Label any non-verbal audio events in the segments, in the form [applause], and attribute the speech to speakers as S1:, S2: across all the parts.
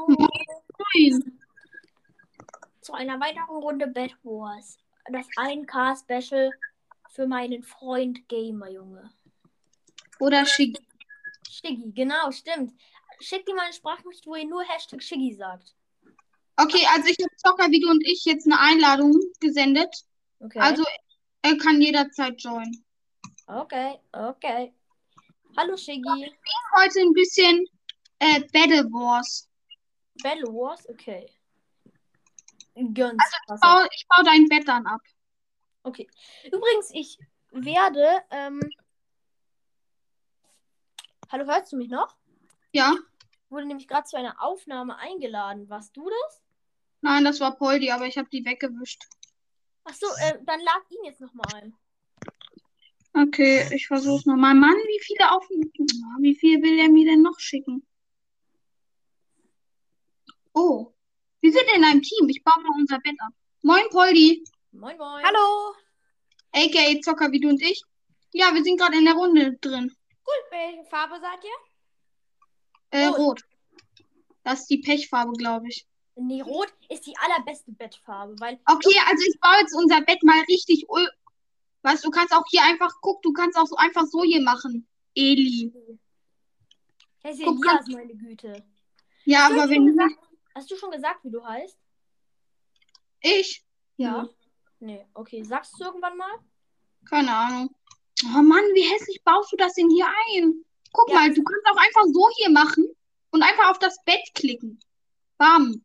S1: Moin. Zu einer weiteren Runde Bad Wars. Das 1K-Special für meinen Freund Gamer, Junge.
S2: Oder schick.
S1: Shiggy, genau, stimmt. Schick dir mal eine Sprachnachricht, wo ihr nur Hashtag Shiggy sagt.
S2: Okay, also ich habe Zockervideo und ich jetzt eine Einladung gesendet.
S1: Okay.
S2: Also er kann jederzeit joinen.
S1: okay, okay. Hallo Shiggy.
S2: Heute ein bisschen äh, Battle Wars.
S1: Battle Wars, okay. Ganz krass.
S2: Bau, ich baue dein Bett dann ab.
S1: Okay. Übrigens, ich werde. Ähm... Hallo, hörst du mich noch?
S2: Ja?
S1: Wurde nämlich gerade zu einer Aufnahme eingeladen. Warst du das?
S2: Nein, das war Poldi, aber ich habe die weggewischt.
S1: Achso, äh, dann lag ihn jetzt nochmal ein.
S2: Okay, ich versuch's nochmal. Mann, wie viele auf wie viel will er mir denn noch schicken? Oh, wir sind in einem Team. Ich baue mal unser Bett ab. Moin, Poldi,
S1: Moin, moin.
S3: Hallo.
S2: aka Zocker wie du und ich. Ja, wir sind gerade in der Runde drin.
S3: Welche Farbe seid ihr?
S2: Äh,
S1: Rot.
S2: rot. Das ist die Pechfarbe, glaube ich.
S1: Nee, Rot ist die allerbeste Bettfarbe, weil.
S2: Okay, also ich baue jetzt unser Bett mal richtig. ul- Weißt du, du kannst auch hier einfach, guck, du kannst auch so einfach so hier machen. Eli.
S1: Das ist
S2: Guck,
S1: Elias, meine Güte.
S2: Ja,
S1: Hast du
S2: aber
S1: schon
S2: wenn
S1: gesagt, hast du schon gesagt, wie du heißt?
S2: ich, ja,
S1: Nee, okay. Sagst du irgendwann mal?
S2: keine Ahnung. Oh Mann, wie hässlich baust du das denn hier ein? Guck
S1: Ja.
S2: mal, du kannst auch einfach so hier machen und einfach auf das Bett klicken. Bam.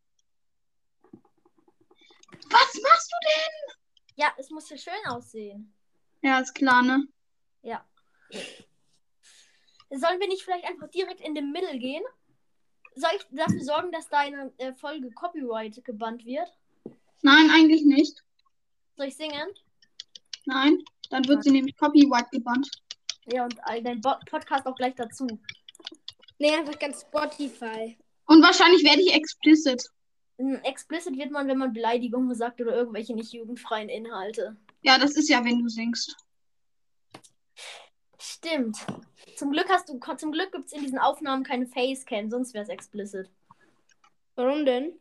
S2: Was machst du
S1: Ja, es muss hier schön aussehen.
S2: denn? Ja, ist klar, ne?
S1: Sollen wir nicht vielleicht einfach direkt in den Middle gehen? Soll ich dafür sorgen, dass deine äh, Folge Copyright gebannt wird?
S2: Nein, eigentlich nicht.
S1: Soll ich singen?
S2: Nein, dann wird sie nämlich Copyright gebannt.
S1: Ja, und all dein Bo Podcast auch gleich dazu.
S3: Nee, einfach ganz Spotify.
S2: Und wahrscheinlich werde ich explicit.
S1: Hm, Explicit wird man, wenn man Beleidigungen sagt oder irgendwelche nicht jugendfreien Inhalte.
S2: Ja, das ist ja, wenn du singst.
S1: Stimmt. Zum Glück hast du, zum Glück gibt es in diesen Aufnahmen keine Facecam, sonst wäre es explicit.
S3: Warum denn? [laughs]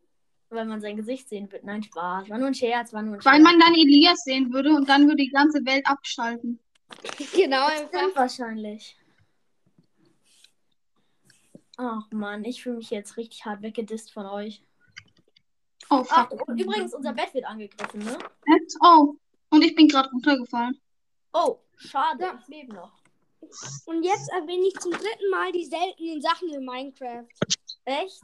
S1: Weil man sein Gesicht sehen wird. Nein, Spaß. War nur ein Scherz, war nur ein Scherz.
S2: Weil man dann Elias sehen würde und dann würde die ganze Welt abschalten.
S3: Genau,
S1: Stimmt
S3: einfach.
S1: wahrscheinlich. Ach man, ich fühle mich jetzt richtig hart weggedisst von euch.
S2: Oh,
S1: Ach,
S2: fuck.
S1: und übrigens, unser Bett wird angegriffen, ne?
S2: Oh, und ich bin gerade runtergefallen.
S1: Oh, schade,
S3: Ja.
S1: ich lebe noch.
S3: Und jetzt erwähne ich zum dritten Mal die seltenen Sachen in Minecraft.
S1: Echt?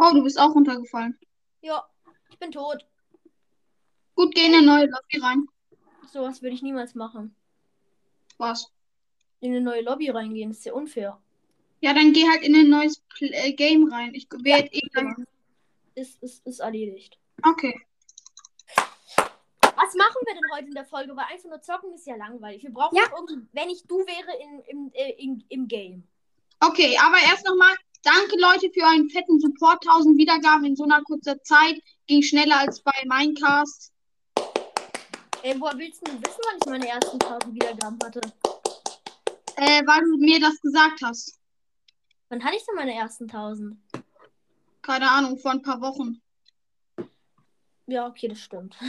S2: Oh, du bist auch runtergefallen.
S1: Ja, ich bin tot.
S2: Gut, geh in eine neue Lobby rein.
S1: Sowas würde ich niemals machen.
S2: Was?
S1: In eine neue Lobby reingehen, ist ja unfair.
S2: Ja, dann geh halt in ein neues Pl äh, Game rein. Ich werde eh gleich.
S1: Ist, ist, ist erledigt.
S2: Okay.
S1: Was machen wir denn heute in der Folge? Weil einfach nur zocken ist ja langweilig. Wir brauchen
S3: Ja.
S1: doch irgendwie, wenn ich du wäre, in, im, äh, in, im Game.
S2: Okay, aber erst nochmal. Danke, Leute, für euren fetten Support. 1000 Wiedergaben in so einer kurzer Zeit. Ging schneller als bei Minecast.
S1: Ey, Äh, woher willst du denn wissen, wann ich meine ersten 1000 Wiedergaben hatte?
S2: Äh, weil du mir das gesagt hast.
S1: Wann hatte ich denn meine ersten 1000?
S2: Keine Ahnung, vor ein paar Wochen.
S1: Ja, okay, das stimmt.
S2: Vor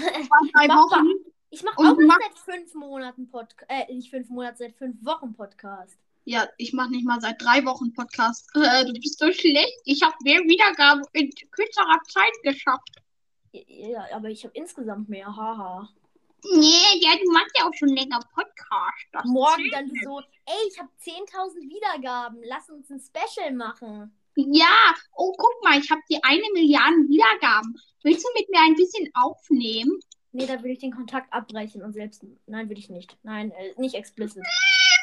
S2: drei
S1: Mach
S2: Wochen.
S1: Ich mache
S2: Und
S1: auch
S2: du
S1: erst
S2: machst-
S1: seit fünf Monaten Podcast. Äh, nicht fünf Monate, seit fünf Wochen Podcast.
S2: Ja, ich mache nicht mal seit drei Wochen Podcast. [laughs] Äh, du bist so schlecht. Ich habe mehr Wiedergaben in kürzerer Zeit geschafft.
S1: Ja, aber ich habe insgesamt mehr. Haha.
S2: Nee, ja, du machst ja auch schon länger Podcast. Das
S1: Morgen
S2: zählt
S1: dann
S2: nicht.
S1: so: Ey, ich habe 10.000 Wiedergaben. Lass uns ein Special machen.
S2: Ja, oh, guck mal, ich habe die eine Milliarde Wiedergaben. Willst du mit mir ein bisschen aufnehmen?
S1: Nee, da würde ich den Kontakt abbrechen und selbst. Nein, würde ich nicht. Nein, äh, nicht explicit.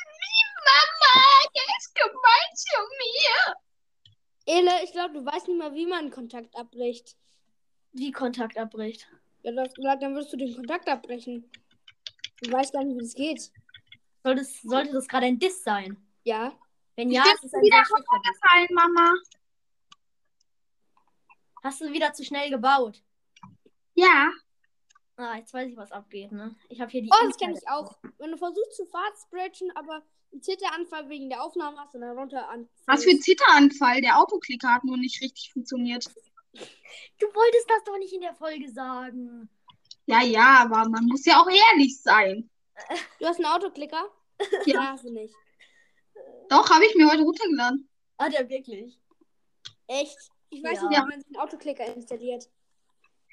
S2: Mama, Ah, der ist gemein zu mir.
S3: Ele, ich glaube, du weißt nicht mal, wie man einen Kontakt abbricht.
S1: Wie Kontakt abbricht.
S3: Ja, du hast gesagt, dann würdest du den Kontakt abbrechen. Du weißt gar nicht, wie das geht.
S1: Sollte es- sollte das gerade ein Diss sein?
S3: Ja.
S1: Wenn ja,
S2: Stimmt,
S1: es ist ein
S2: wieder
S1: sehr schlechter Diss.
S2: Gefallen, Mama.
S1: Hast du wieder zu schnell gebaut?
S2: Ja,
S1: Ah, jetzt weiß ich, was abgeht, ne? Ich habe hier die.
S3: Oh, das kenne
S1: Internet-
S3: ich auch. Wenn du versuchst zu Fahrt sprechen, aber einen Zitteranfall wegen der Aufnahme hast und dann runter an.
S2: Was für ein Zitteranfall. Der Autoklicker hat nur nicht richtig funktioniert.
S1: Du wolltest das doch nicht in der Folge sagen.
S2: Ja, ja, aber man muss ja auch ehrlich sein.
S3: Du hast einen Autoklicker?
S2: Ja.
S3: [laughs] Hast du nicht.
S2: Doch, habe ich mir heute runtergeladen.
S1: Ah, der wirklich.
S3: Echt? Ich weiß
S1: Ja.
S3: nicht, wie man sich einen Autoklicker installiert.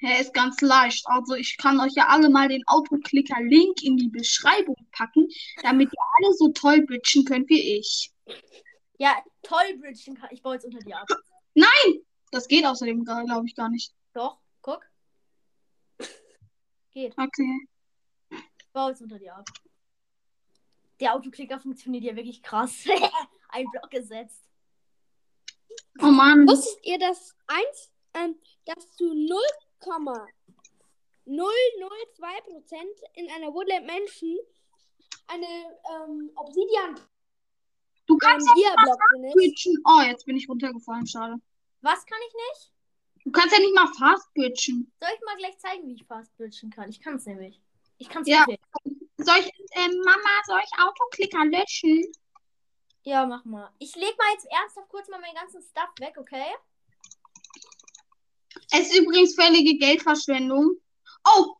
S2: Er ist ganz leicht. Also ich kann euch ja alle mal den Autoklicker-Link in die Beschreibung packen, damit ihr alle so toll bitchen könnt wie ich.
S1: Ja, toll, Bridgen. Ich baue jetzt unter dir
S3: [laughs]
S1: ab.
S2: Das geht außerdem, glaube ich, gar nicht.
S1: Doch, guck.
S2: Okay.
S1: Ich baue jetzt unter dir ab. Der Autoklicker funktioniert ja wirklich krass. [laughs] Ein Block gesetzt.
S2: Oh Mann.
S3: Wusstet ihr, dass 1, ähm, dass zu 0,002% in einer Woodland Menschen eine ähm, Obsidian
S2: Du kannst
S3: ähm, Dia-Block drin ist?
S2: bitchen. Oh, jetzt bin ich runtergefallen, schade.
S1: Was kann ich nicht?
S2: Du kannst ja nicht mal fast bitchen.
S1: Soll ich mal gleich zeigen, wie ich fast Bridgen kann? Ich kann es nämlich. Ich kann es
S2: Ja.
S1: wirklich.
S2: Soll ich, ähm, Mama, soll ich Autoklicker löschen?
S1: Ja, mach mal. Ich leg mal jetzt ernsthaft kurz mal meinen ganzen Stuff weg, okay?
S2: Es ist übrigens völlige Geldverschwendung. Oh,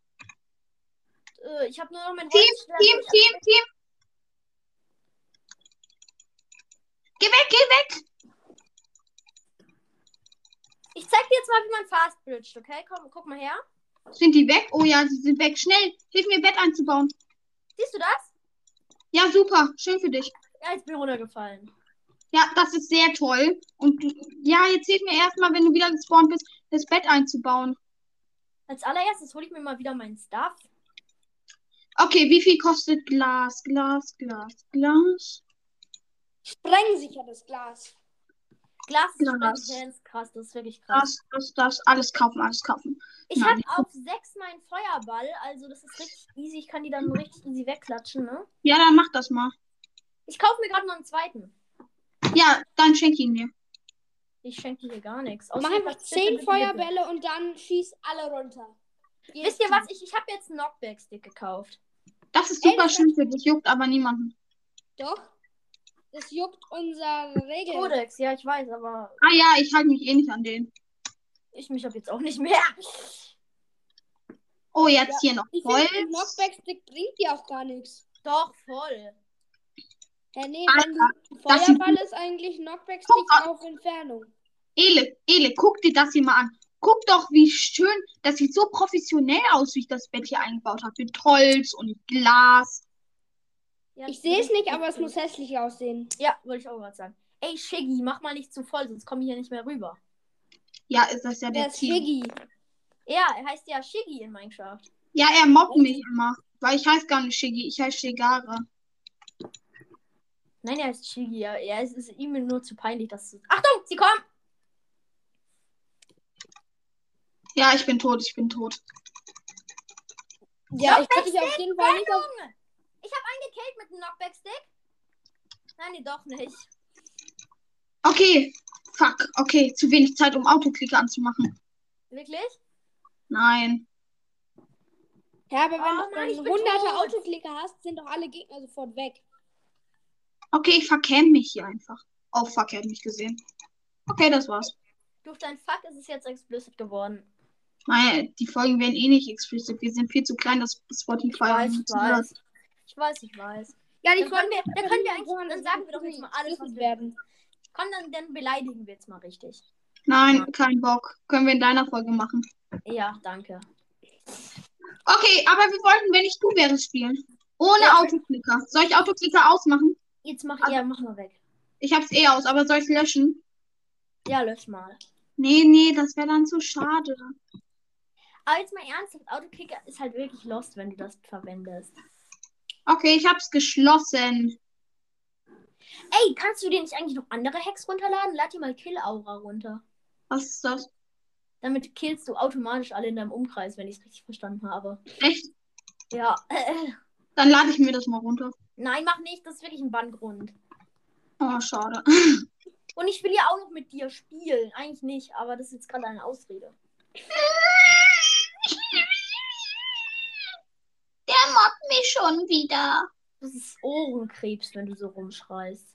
S1: Äh, ich habe nur noch mein
S2: Team,
S1: Holzschwert.
S2: Team, Team, Team. Geh weg, geh weg.
S1: Ich zeig dir jetzt mal, wie man fast bridget, okay? Komm, guck mal her.
S2: Sind die weg? Oh ja, sie sind weg. Schnell, hilf mir, Bett einzubauen.
S1: Siehst du das?
S2: Ja, super. Schön für dich.
S1: Ja, jetzt bin ich runtergefallen.
S2: Ja, das ist sehr toll. Und du- ja, jetzt hilf mir erstmal, wenn du wieder gespawnt bist, das Bett einzubauen.
S1: Als allererstes hole ich mir mal wieder meinen Stuff.
S2: Okay, wie viel kostet Glas, Glas, Glas, Glas?
S3: Sprengsicheres Glas.
S1: Glas ist
S2: Glas.
S1: ganz krass, das ist wirklich krass.
S2: Das, das, das. Alles kaufen, alles kaufen.
S1: Ich habe
S2: Nein.
S1: auf 6 meinen Feuerball, also das ist richtig easy. Ich kann die dann richtig easy wegklatschen, ne?
S2: Ja, dann mach das mal.
S1: Ich kaufe mir gerade noch einen zweiten.
S2: Ja, dann schenk ihn mir.
S1: Ich schenke dir hier gar nichts.
S3: Mach
S1: Außer-
S3: einfach 10 Feuerbälle und dann schieß alle runter.
S1: Wisst ihr was? Ich, ich habe jetzt einen Knockback-Stick gekauft.
S2: Das ist
S3: Ey,
S2: super
S3: das-
S2: schön für dich, juckt aber niemanden.
S3: [laughs] Doch. Das juckt unsere Regeln.
S1: Codex, ja, ich weiß, aber
S2: Ah ja, ich halte mich eh nicht an den.
S1: ich mich hab jetzt auch nicht mehr.
S2: Oh, jetzt hier noch
S3: Ich
S2: Holz.
S3: finde, Knockback-Stick bringt dir auch gar nichts.
S1: Doch, voll.
S3: Ja, nee,
S2: Ah,
S3: wenn du,
S2: das
S3: Feuerball ist eigentlich Knockback-Stick
S2: Guck
S3: auf Entfernung.
S2: Ele, Ele, guck dir das hier mal an. Guck doch, wie schön. Das sieht so professionell aus, wie ich das Bett hier eingebaut habe. Mit Holz und Glas.
S1: Ja,
S3: Ich sehe es nicht, aber es muss hässlich aussehen.
S1: Ja, wollte ich auch gerade sagen. Ey, Shiggy, mach mal nicht zu voll, sonst komme ich hier nicht mehr rüber.
S2: Ja, ist das ja der
S3: Der ist
S2: Ziel.
S3: Shiggy.
S1: Ja, er heißt ja Shiggy in Minecraft.
S2: Ja, er mobbt mich immer. Weil ich heiße gar nicht Shiggy, ich heiße Shigara.
S1: Nein, er heißt Shiggy. Ja, ja, es ist ihm nur zu peinlich, dass. du- Achtung, sie kommen!
S2: Ja, ich bin tot, ich bin tot.
S3: Ja, ich würde dich auf
S1: Knockback-Stick,
S3: jeden Fall nicht auf...
S1: Junge! Ich habe eingekillt mit dem Knockback-Stick. Nein, nee, doch nicht.
S2: Okay, fuck. Okay, zu wenig Zeit, um Autoklicker anzumachen.
S1: Wirklich?
S2: Nein.
S3: Ja, aber wenn
S1: Oh
S3: du
S1: nein, ich
S3: dann
S1: bin tot.
S3: hunderte Autoklicker hast, sind doch alle Gegner sofort weg.
S2: Okay, ich verkäme mich hier einfach. Oh, fuck, er hat mich gesehen. Okay, das war's.
S1: Durch dein Fuck ist es jetzt explicit geworden.
S2: Naja, die Folgen werden eh nicht explicit. Wir sind viel zu klein, dass Spotify
S1: Ich weiß, ich
S2: uns hört.
S1: weiß. Ich weiß, ich weiß.
S3: Ja,
S1: Dann können wir, dann können wir eigentlich, dann sagen wir doch jetzt mal alles, was wir
S3: werden.
S1: Komm, dann, dann beleidigen wir jetzt mal richtig.
S2: Nein, kein Bock. Können wir in deiner Folge machen.
S1: Ja, danke.
S2: Okay, aber wir wollten, wenn ich du wäre, spielen. Ohne
S1: Ja.
S2: Autoklicker. Soll ich Autoklicker ausmachen?
S1: Jetzt mach,
S2: Aber-
S1: ja, mach mal weg.
S2: Ich hab's eh aus, aber soll ich löschen?
S1: Ja, lösch mal.
S2: Nee, nee, das wäre dann zu schade.
S1: Aber jetzt mal ernsthaft, Autokicker ist halt wirklich lost, wenn du das verwendest.
S2: Okay, ich hab's geschlossen.
S1: Ey, kannst du dir nicht eigentlich noch andere Hacks runterladen? Lad dir mal Kill-Aura runter.
S2: Was ist das?
S1: Damit killst du automatisch alle in deinem Umkreis, wenn ich es richtig verstanden habe.
S2: Echt?
S1: Ja. äh,
S2: Dann lade ich mir das mal runter.
S1: Nein, mach nicht, das ist wirklich ein Bandgrund.
S2: Oh, schade.
S1: Und ich will ja auch noch mit dir spielen. Eigentlich nicht, aber das ist jetzt gerade eine Ausrede.
S4: schon wieder.
S1: Das ist Ohrenkrebs, wenn du so rumschreist.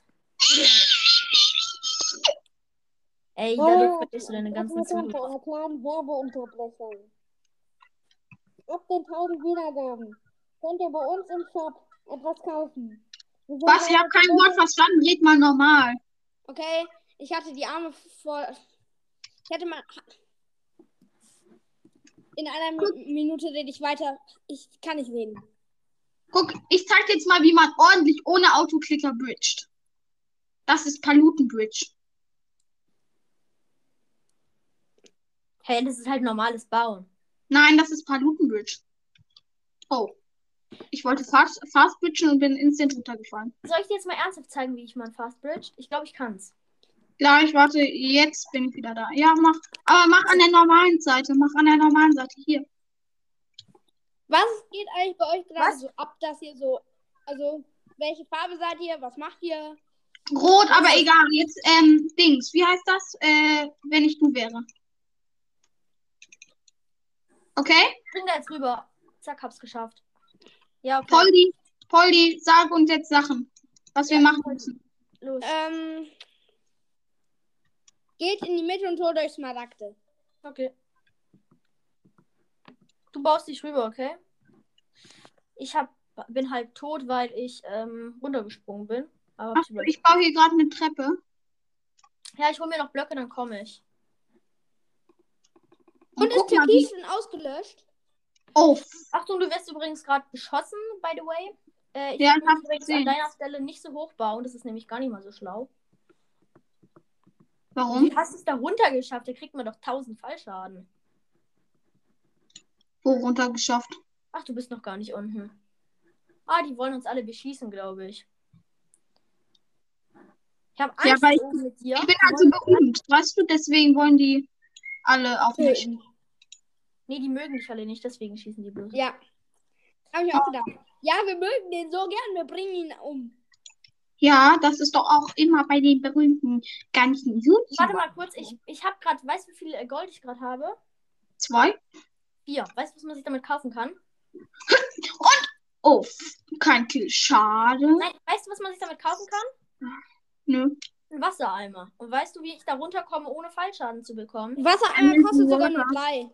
S1: Ey,
S3: Oh.
S1: dadurch verlierst du deine ganzen Zuhörer.
S3: Einer kleinen Werbeunterbrechung. Ab den 1000 Wiedergaben könnt ihr bei uns im Shop etwas kaufen. Wir sind
S2: Was? Ich
S3: eine
S2: habe kein Wort verstanden. Red mal normal.
S3: Okay, ich hatte die Arme voll. Ich hatte mal. In einer Mi- Minute rede ich weiter. Ich kann nicht reden.
S2: Guck, ich zeig jetzt mal, wie man ordentlich ohne Autoklicker bridgt. Das ist Palutenbridge.
S1: Hey, das ist halt normales Bauen.
S2: Nein, das ist Palutenbridge. Oh. Ich wollte fast, fast bridgen und bin instant runtergefallen.
S1: Soll ich dir jetzt mal ernsthaft zeigen, wie ich mein Fast Bridge? Ich glaube, ich kann's.
S2: Gleich, warte, jetzt bin ich wieder da. Ja, mach. Aber mach an der normalen Seite. Mach an der normalen Seite. Hier.
S3: Was geht eigentlich bei euch gerade
S1: Was?
S3: so ab, dass ihr so. Also, welche Farbe seid ihr? Was macht ihr?
S2: Rot, aber egal. Jetzt, ähm, Dings. Wie heißt das? Äh, wenn ich du wäre. Okay?
S1: Bring da jetzt rüber. Zack, hab's geschafft. Ja, okay.
S2: Poldi, Poldi, sag uns jetzt Sachen, was wir machen müssen.
S1: Los.
S3: Ähm. Geht in die Mitte und holt euch Smaragde.
S1: Okay. Du baust dich rüber, okay? Ich hab, bin halb tot, weil ich ähm, runtergesprungen bin. Aber
S2: Ach,
S1: hab's überlebt.
S2: ich baue hier gerade eine Treppe.
S1: ja, ich hol mir noch Blöcke, dann komme ich.
S2: Und,
S3: Und ist
S2: guck mal, wie...
S3: Türkis schon ausgelöscht?
S2: Oh,
S1: Achtung, du wirst übrigens gerade geschossen, by the way. Äh, ich
S2: Ja,
S1: würd mich
S2: ich hab's
S1: übrigens an
S2: gesehen.
S1: deiner Stelle nicht so hoch bauen. Das ist nämlich gar nicht mal so schlau.
S2: warum?
S1: Wie hast du es da runtergeschafft? Da kriegt man doch 1000 Fallschaden.
S2: Wo Oh, runtergeschafft?
S1: Ach, du bist noch gar nicht unten. Ah, die wollen uns alle beschießen, glaube ich. Ich habe
S2: Ja,
S1: Angst
S2: aber ich-
S1: oben mit dir.
S2: Ich bin
S1: Die
S2: also
S1: wollen-
S2: berühmt, weißt du? Deswegen wollen die alle auf mich.
S1: Nee, die mögen dich alle nicht, deswegen schießen die bloß.
S3: Ja. Hab ich auch
S2: Oh.
S3: gedacht. Ja, wir mögen den so gern, wir bringen ihn um.
S2: Ja, das ist doch auch immer bei den berühmten ganzen
S1: Warte
S2: YouTubern.
S1: mal kurz, ich, ich habe gerade, weißt du, wie viel äh, Gold ich gerade habe?
S2: Zwei?
S1: Vier. Weißt du, was man sich damit kaufen kann?
S2: Oh, f- kein Kill. Schade.
S1: Nein, weißt du, was man sich damit kaufen kann?
S2: Nö.
S1: Ein Wassereimer. Und weißt du, wie ich da runterkomme, ohne Fallschaden zu bekommen?
S3: Wassereimer äh, kostet sogar nur
S2: Ja.
S3: drei.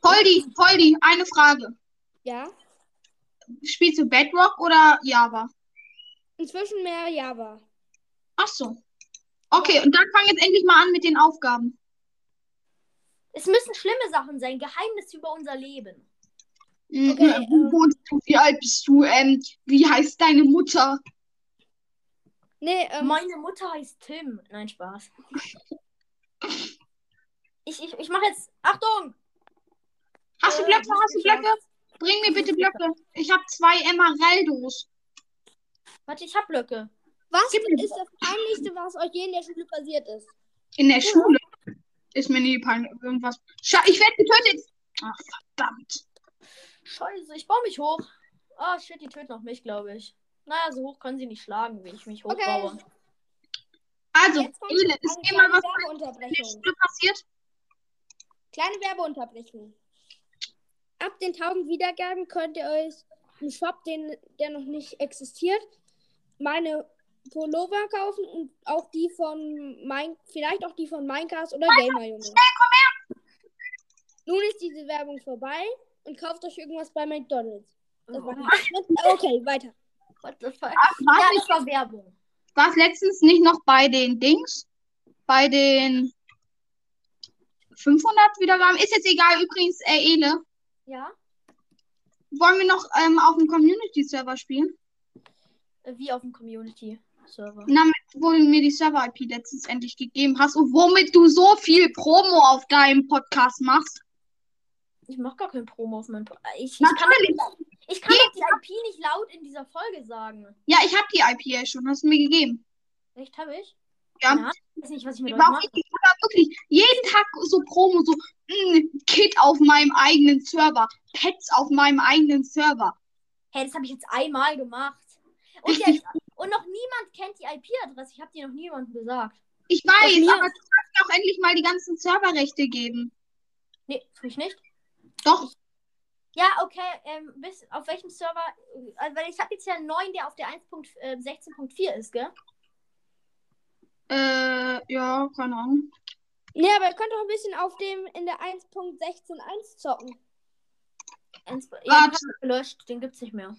S2: Poldi, Poldi, eine Frage.
S3: Ja.
S2: Spielst du Bedrock oder Java?
S3: Inzwischen mehr Java.
S2: Ach so. Okay, und dann fang jetzt endlich mal an mit den Aufgaben.
S1: Es müssen schlimme Sachen sein, Geheimnisse über unser Leben.
S2: Mhm,
S3: Okay,
S2: ja, wo
S3: ähm.
S2: wohnst du? Wie alt bist du? Ähm, wie heißt deine Mutter?
S3: Nee, ähm,
S1: Meine Mutter heißt Tim. Nein, Spaß. Ich, ich, ich mache jetzt. Achtung!
S2: Hast du
S1: Äh,
S2: Blöcke? Hast du
S1: geschafft.
S2: Blöcke? Bring mir bitte Blöcke. Ich habe zwei Emeraldos.
S1: Warte, ich hab Blöcke.
S3: was
S2: gib mir-
S3: ist das Peinlichste, was euch je in der Schule passiert ist?
S2: In der Schule ist mir nie peinlich irgendwas. Scha ich werde getötet. Ach, verdammt.
S1: Scheiße, ich baue mich hoch. Ah, shit, die töten auch mich, glaube ich. Naja, so hoch können sie nicht schlagen, wie ich mich
S3: Okay.
S1: hochbaue.
S2: Also,
S3: Jetzt kommt
S2: Ele, ist
S3: eine
S2: immer
S3: kleine
S2: was in der
S3: Werbeunterbrechung.
S2: Schule passiert?
S3: Kleine Werbeunterbrechung. Ab den 1000 Wiedergaben könnt ihr euch im Shop, den, der noch nicht existiert, meine Pullover kaufen und auch die von mein, vielleicht auch die von Minecast oder Gamer Junge. Nun ist diese Werbung vorbei und kauft euch irgendwas bei McDonalds. Das war okay, weiter.
S1: Oh. [laughs] What the fuck? Ja,
S2: War
S1: das war Werbung.
S2: es letztens nicht noch bei den Dings? Bei den 500 Wiedergaben? Ist jetzt egal. Übrigens, äh, Ele,
S1: Ja?
S2: wollen wir noch ähm, auf dem Community-Server spielen?
S1: Äh, Wie auf dem Community-Server.
S2: Na, mit- wo du mir die Server-IP letztens endlich gegeben hast und womit du so viel Promo auf deinem Podcast machst.
S1: Ich mach gar kein Promo auf meinem. Po- Ich, ich kann,
S2: Natürlich.
S1: ich kann doch die IP nicht laut in dieser Folge sagen.
S2: Ja, ich habe die IP ja schon, hast du mir gegeben.
S1: Echt, habe ich?
S2: Ja.
S1: Keine Ahnung, Ich weiß nicht, was ich mit
S2: Ich
S1: euch
S2: war, auch
S1: mache.
S2: richtig, ich war wirklich jeden Tag so Promo, so mm, Kit auf meinem eigenen Server, Pets auf meinem eigenen Server.
S1: Hey, das habe ich jetzt einmal gemacht. Und, der,
S2: Richtig.
S1: und noch niemand kennt die IP-Adresse. Ich habe dir noch niemandem gesagt.
S2: Ich weiß,
S1: Und mir-
S2: aber du kannst mir auch endlich mal die ganzen Serverrechte geben.
S1: Nee, tu ich nicht.
S2: Doch,
S1: Ja, okay. Ähm, bis, auf welchem Server? Also, weil ich habe jetzt ja einen neuen, der äh, auf der 1.16.4 ist, gell?
S2: Äh, ja, keine Ahnung.
S3: Nee, aber ihr könnt doch ein bisschen auf dem in der 1.16.1 zocken.
S1: Eins- Ja,
S2: Warte.
S1: den hab ich gelöscht, den gibt's nicht mehr.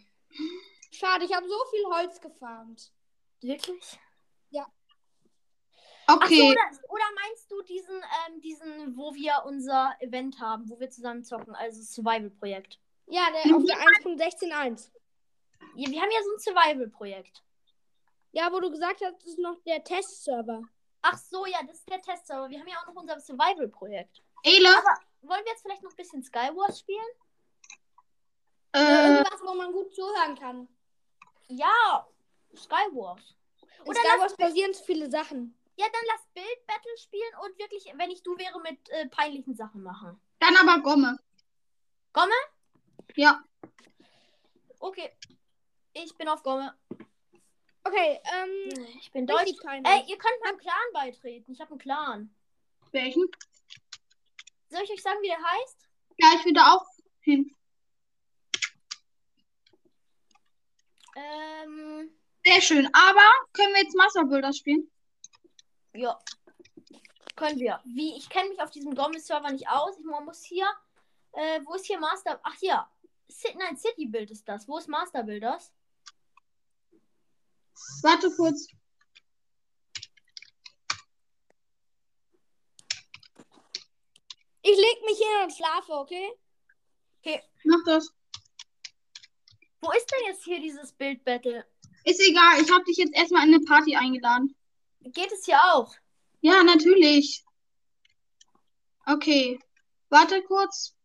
S3: Schade, ich habe so viel Holz gefarmt.
S1: Wirklich? Ach so,
S2: Okay,
S1: oder, oder meinst du diesen, ähm, diesen, wo wir unser Event haben, wo wir zusammen zocken, also Survival-Projekt?
S3: Ja, der, auf der 1.16.1.
S1: Ja, wir haben ja so ein Survival-Projekt.
S3: Ja, wo du gesagt hast, das ist noch der Testserver.
S1: Ach so, ja, das ist der Test, aber wir haben ja auch noch unser Survival-Projekt.
S2: Ele,
S1: Wollen wir jetzt vielleicht noch ein bisschen Skywars spielen?
S3: Ja,
S1: ähm,
S2: äh,
S3: irgendwas, wo man gut zuhören kann.
S1: Ja, Skywars.
S3: In
S1: Oder
S3: Star Wars passieren zu viele Sachen.
S1: Ja, dann lass Bild-Battle spielen und wirklich, wenn ich du wäre, mit äh, peinlichen Sachen machen.
S2: dann aber Gomme.
S1: Gomme?
S2: Ja,
S1: Okay, ich bin auf Gomme.
S3: Okay, ähm,
S1: Ich bin Deutsch.
S3: richtig keine.
S1: Ey, Äh, ihr könnt meinem Clan beitreten. Ich habe einen Clan.
S2: welchen?
S1: Soll ich euch sagen, wie der heißt?
S2: Gleich wieder auf hin.
S1: Ähm,
S2: Sehr schön, aber können wir jetzt Master Builder spielen?
S1: ja. Können wir. Wie, ich kenne mich auf diesem Gomme-Server nicht aus. Ich man muss hier, äh, wo ist hier Master? Ach, hier. Sit, nein, City-Build ist das. Wo ist Master-Builders?
S2: Warte kurz.
S3: Ich leg mich hin und schlafe, okay?
S2: Mach das.
S1: Wo ist denn jetzt hier dieses Bild-Battle?
S2: Ist egal, ich habe dich jetzt erstmal in eine Party eingeladen.
S1: Geht es hier auch?
S2: Ja, natürlich. Okay, warte kurz.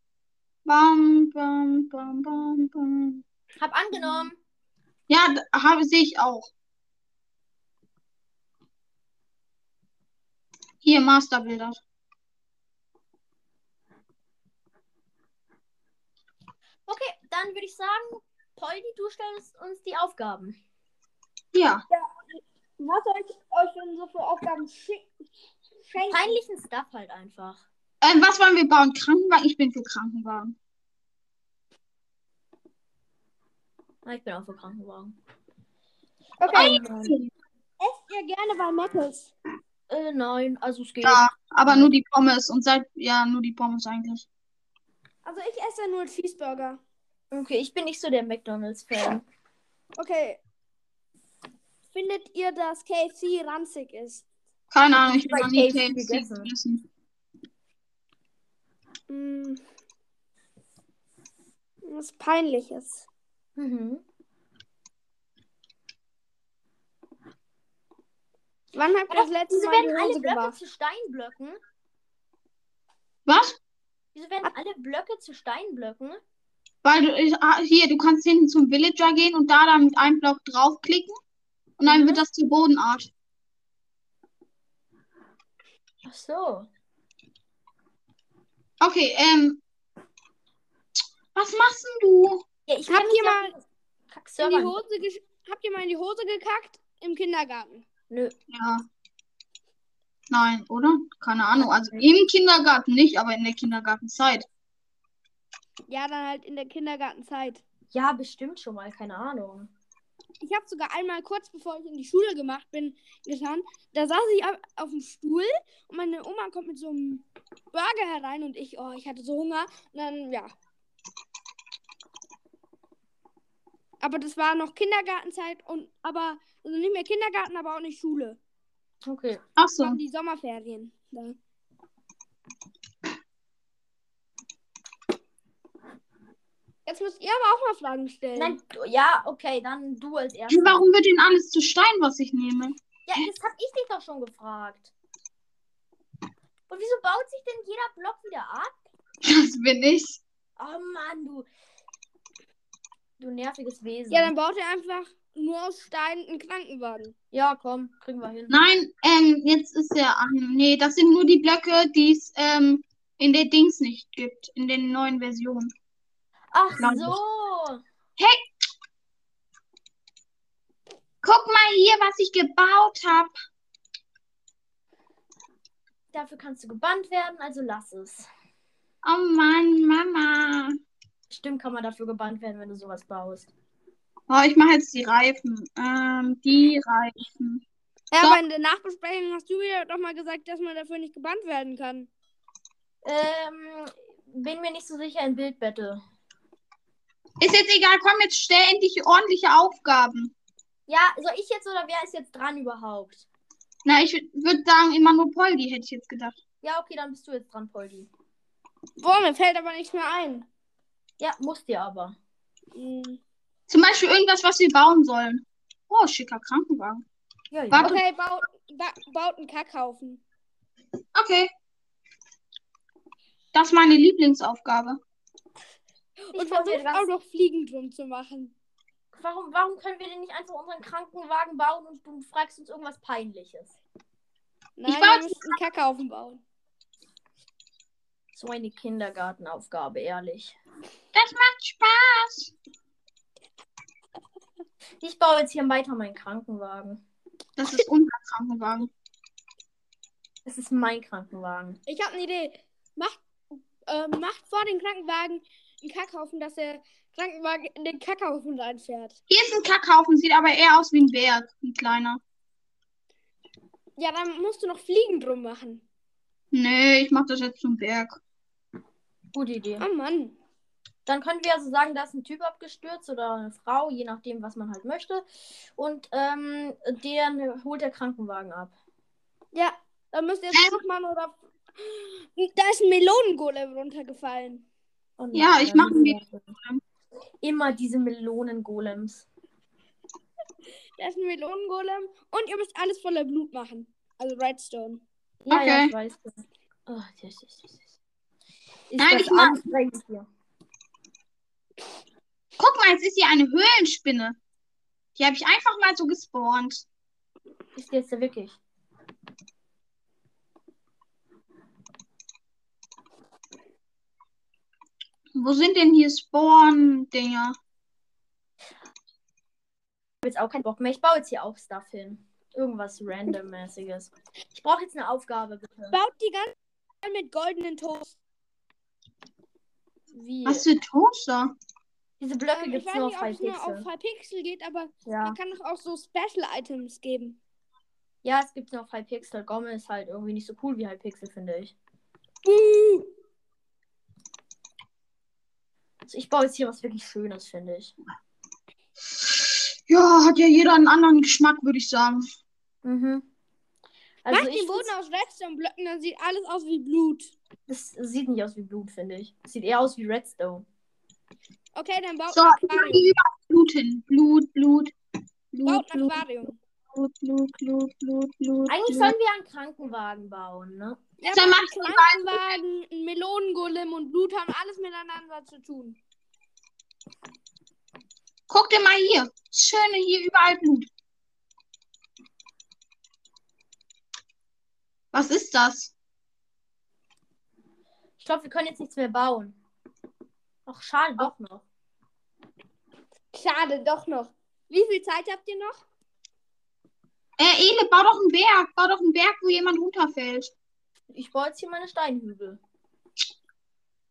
S2: Bam, bam, bam, bam, bam.
S1: Hab angenommen.
S2: Ja, da habe sehe ich auch. Hier Masterbilder.
S1: Okay, dann würde ich sagen, Poldi, du stellst uns die Aufgaben.
S2: Ja,
S3: Was soll ich euch denn so für Aufgaben schicken? Schenken?
S1: Peinlichen Stuff halt einfach.
S2: ähm, was wollen wir bauen? Krankenwagen? Ich bin für Krankenwagen.
S1: Ah, Ich bin auch für Krankenwagen.
S3: Okay,
S1: Ähm,
S3: esst ihr gerne bei Mattels?
S1: äh, nein, also es geht.
S2: Ja, aber nur die Pommes und seit ja nur die Pommes eigentlich.
S3: Also ich esse nur einen Cheeseburger.
S1: Okay, ich bin nicht so der McDonalds-Fan.
S3: Okay. Findet ihr, dass KFC ranzig ist?
S2: Keine Ahnung, ich
S1: Bei
S2: bin noch nie
S1: KFC
S2: KFC
S1: gegessen.
S2: gegessen.
S3: Hm. Was peinliches.
S1: Mhm.
S3: Wann habt ihr das letzte
S1: Wieso
S3: Mal
S1: werden
S3: die
S1: alle
S3: Hose
S1: Blöcke
S3: gemacht?
S1: zu Steinblöcken?
S2: Was?
S1: Wieso werden alle Blöcke zu Steinblöcken?
S2: Weil du ich, ah, hier, du kannst hinten zum Villager gehen und da dann mit einem Block draufklicken und dann wird das zur Bodenart.
S1: Ach so.
S2: Okay, ähm was machst denn du?
S1: Ja, ich
S3: Habt
S1: kenn mich
S3: ihr
S1: ja
S3: mal
S1: mit diesen
S3: In die
S1: Kack-Servern.
S3: Hose gesch- habt ihr mal in die Hose gekackt? Im Kindergarten.
S1: Nö.
S2: Ja. Nein, oder? Keine Ahnung. Also im Kindergarten nicht, aber in der Kindergartenzeit.
S3: Ja, dann halt in der Kindergartenzeit.
S1: Ja, bestimmt schon mal, keine Ahnung.
S3: Ich habe sogar einmal kurz bevor ich in die Schule gemacht bin, getan. Da saß ich auf, auf dem Stuhl und meine Oma kommt mit so einem Burger herein und ich, oh, ich hatte so Hunger. Und dann, ja. Aber das war noch Kindergartenzeit und aber, also nicht mehr Kindergarten, aber auch nicht Schule.
S1: Okay.
S2: Ach
S3: Das
S2: so.
S3: waren die Sommerferien. Da. Jetzt müsst ihr aber auch mal Fragen stellen.
S1: Nein, du, ja, okay, dann du als erstes.
S2: Warum wird denn alles zu Stein, was ich nehme? [laughs]
S1: Ja, das hab ich dich doch schon gefragt. Und wieso baut sich denn jeder Block wieder ab?
S2: Das bin ich.
S1: Oh Mann, du. Du nerviges Wesen.
S3: Ja, dann baut ihr einfach nur aus Stein einen Krankenwagen.
S1: Ja, komm, kriegen wir hin.
S2: Nein, ähm, jetzt ist ja. Ach, nee, das sind nur die Blöcke, die es ähm, in der Dings nicht gibt, in den neuen Versionen.
S1: Ach
S2: Nein.
S1: so.
S2: Guck mal hier, was ich gebaut habe.
S1: Dafür kannst du gebannt werden, also lass es.
S2: Oh Mann, Mama.
S1: Stimmt, kann man dafür gebannt werden, wenn du sowas baust.
S2: Oh, ich mache jetzt die Reifen. Ähm, die Reifen.
S3: Ja,
S2: So.
S3: aber in der Nachbesprechung hast du mir doch mal gesagt, dass man dafür nicht gebannt werden kann.
S1: Ähm, bin mir nicht so sicher in Bildbattle.
S2: Ist jetzt egal, komm, jetzt stell endlich ordentliche Aufgaben.
S1: Ja, soll ich jetzt oder wer ist jetzt dran überhaupt?
S2: Na, ich würde sagen, immer nur Poldi, hätte ich jetzt gedacht.
S1: Ja, okay, dann bist du jetzt dran, Poldi.
S3: Boah, mir fällt aber nichts mehr ein.
S1: Ja, musst dir aber.
S3: Hm.
S2: Zum Beispiel irgendwas, was wir bauen sollen. Oh, schicker Krankenwagen.
S1: Ja, ja.
S2: Warte.
S3: Okay, baut, ba, baut einen Kackhaufen.
S2: Okay. Das ist meine Lieblingsaufgabe.
S1: Ich
S3: Und also-
S1: probiere
S3: versucht auch
S1: ganz,
S3: noch Fliegen drum zu machen.
S1: warum, warum können wir denn nicht einfach unseren Krankenwagen bauen und du fragst uns irgendwas Peinliches?
S3: Nein,
S2: baue-
S3: wir müssen einen Kackhaufen bauen.
S1: So eine Kindergartenaufgabe, ehrlich.
S2: Das macht Spaß.
S1: Ich baue jetzt hier weiter meinen Krankenwagen.
S2: Das ist unser Krankenwagen.
S1: Es ist mein Krankenwagen.
S3: Ich habe eine Idee. Macht, äh, macht vor den Krankenwagen einen Kackhaufen, dass der Krankenwagen in den Kackhaufen reinfährt.
S2: Hier ist ein Kackhaufen, sieht aber eher aus wie ein Berg, ein kleiner.
S3: Ja, dann musst du noch Fliegen drum machen.
S2: Nee, ich mach das jetzt zum Berg.
S1: Gute Idee.
S3: Oh Mann.
S1: Dann können wir also sagen, da ist ein Typ abgestürzt oder eine Frau, je nachdem, was man halt möchte. Und ähm, den holt der Krankenwagen ab.
S3: Ja, dann müsst ihr
S2: Ähm.
S3: jetzt noch mal oder. Da ist ein Melonengolem runtergefallen.
S1: Oh nein,
S2: Ja, ich mach
S1: dann- also
S2: mir-
S1: Immer diese Melonen-Golems.
S3: Da ist ein Melonengolem. Und ihr müsst alles voller Blut machen. Also Redstone.
S1: Ja, ja,
S2: Okay.
S1: ich weiß. Oh, yes, yes, yes, yes. Ist
S2: Nein,
S1: das
S2: ich mach-
S1: anstrengend hier.
S2: Guck mal, jetzt ist hier eine Höhlenspinne. Die habe ich einfach mal so gespawnt.
S1: Ist jetzt ja wirklich.
S2: Wo sind denn hier Spawn-Dinger?
S1: Ich habe jetzt auch keinen Bock mehr. Ich baue jetzt hier auch Stuff hin. Irgendwas randommäßiges. Ich brauche jetzt eine Aufgabe, bitte.
S3: Baut die ganze Zeit mit goldenen Toast.
S1: Wie?
S2: Was für Toaster?
S1: Diese Blöcke
S3: Ähm,
S1: gibt es
S3: ich weiß
S1: nur auf drei
S3: nicht, ob es nur auf
S1: Pixel.
S3: 5 Pixel geht, aber
S1: Ja.
S3: man kann doch auch so Special Items geben.
S1: ja, es gibt nur auf 3 Pixel. Gomme ist halt irgendwie nicht so cool wie Halb Pixel, finde ich.
S3: Buh!
S1: Also ich baue jetzt hier was wirklich Schönes, finde ich.
S2: Ja, hat ja jeder einen anderen Geschmack, würde ich sagen.
S1: Mhm.
S3: Also
S1: Also
S3: Macht
S1: ich
S3: den Boden
S1: find's-
S3: aus Redstone-Blöcken, dann sieht alles aus wie Blut.
S1: das sieht nicht aus wie Blut, finde ich. Sieht eher aus wie Redstone.
S3: Okay, dann baut
S2: So,
S3: ein
S2: ich mach
S3: Aquarium.
S2: hier überall Blut hin. Blut, Blut. Blut,
S3: Baut ein
S2: Blut,
S3: Aquarium.
S2: Blut, Blut, Blut, Blut, Blut.
S1: Eigentlich
S2: Blut.
S1: sollen wir einen Krankenwagen bauen, ne?
S3: Ja,
S2: Dann
S3: mit
S2: mach ich
S3: einem
S2: einen
S3: Krankenwagen, ein Melonengolem und Blut haben alles miteinander zu tun.
S2: Guck dir mal hier. Schöne hier überall Blut. Was ist das?
S1: Ich glaube, wir können jetzt nichts mehr bauen. Ach, schade, doch noch.
S3: Schade, doch noch. Wie viel Zeit habt ihr noch?
S2: Äh, Ele, bau doch einen Berg. Bau doch einen Berg, wo jemand runterfällt.
S1: Ich baue jetzt hier meine Steinhügel.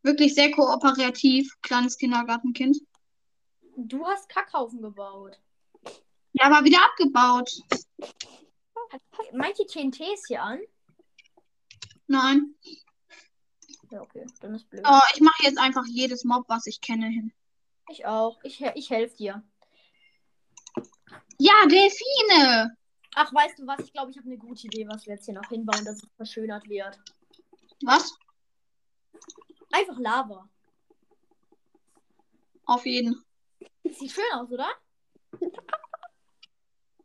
S2: Wirklich sehr kooperativ, kleines Kindergartenkind.
S1: Du hast Kackhaufen gebaut.
S2: Ja, aber wieder abgebaut.
S1: Meint ihr TNTs hier an?
S2: Nein.
S1: Ja, okay, dann ist blöd.
S2: Oh, ich mache jetzt einfach jedes Mob, was ich kenne, hin.
S1: Ich auch. Ich, he- ich helfe dir.
S2: Ja, Delfine.
S1: Ach, weißt du was? Ich glaube, ich habe eine gute Idee, was wir jetzt hier noch hinbauen, dass es verschönert wird.
S2: Was?
S1: Einfach Lava.
S2: Auf jeden.
S1: Sieht schön aus, oder?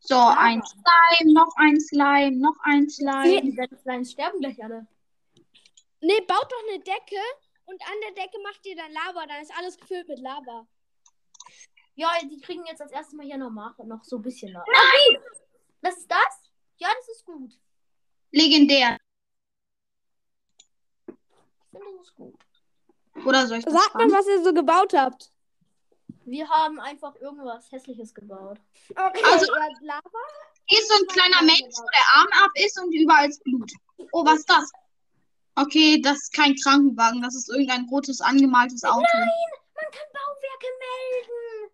S2: So, ein Slime, noch ein Slime, noch ein Slime.
S1: Die Kleinen sterben gleich alle.
S3: Nee, baut doch eine Decke und an der Decke macht ihr dann Lava, dann ist alles gefüllt mit Lava.
S1: Ja, die kriegen jetzt als erstes mal hier noch, mal- noch so ein bisschen. Nein! Was ist das? Ja, das ist gut.
S2: Legendär.
S1: Ich finde, das ist gut.
S2: Oder soll ich das
S3: Sagt mal,
S2: fragen?
S3: was ihr so gebaut habt.
S1: Wir haben einfach irgendwas Hässliches gebaut.
S3: Okay,
S2: Also-
S3: ihr habt Lava.
S2: Hier ist so ein kleiner Mensch, wo der Arm ab ist und überall ist Blut. Oh, was ist das? Okay, das ist kein Krankenwagen, das ist irgendein rotes, angemaltes Auto.
S1: Man kann Bauwerke melden.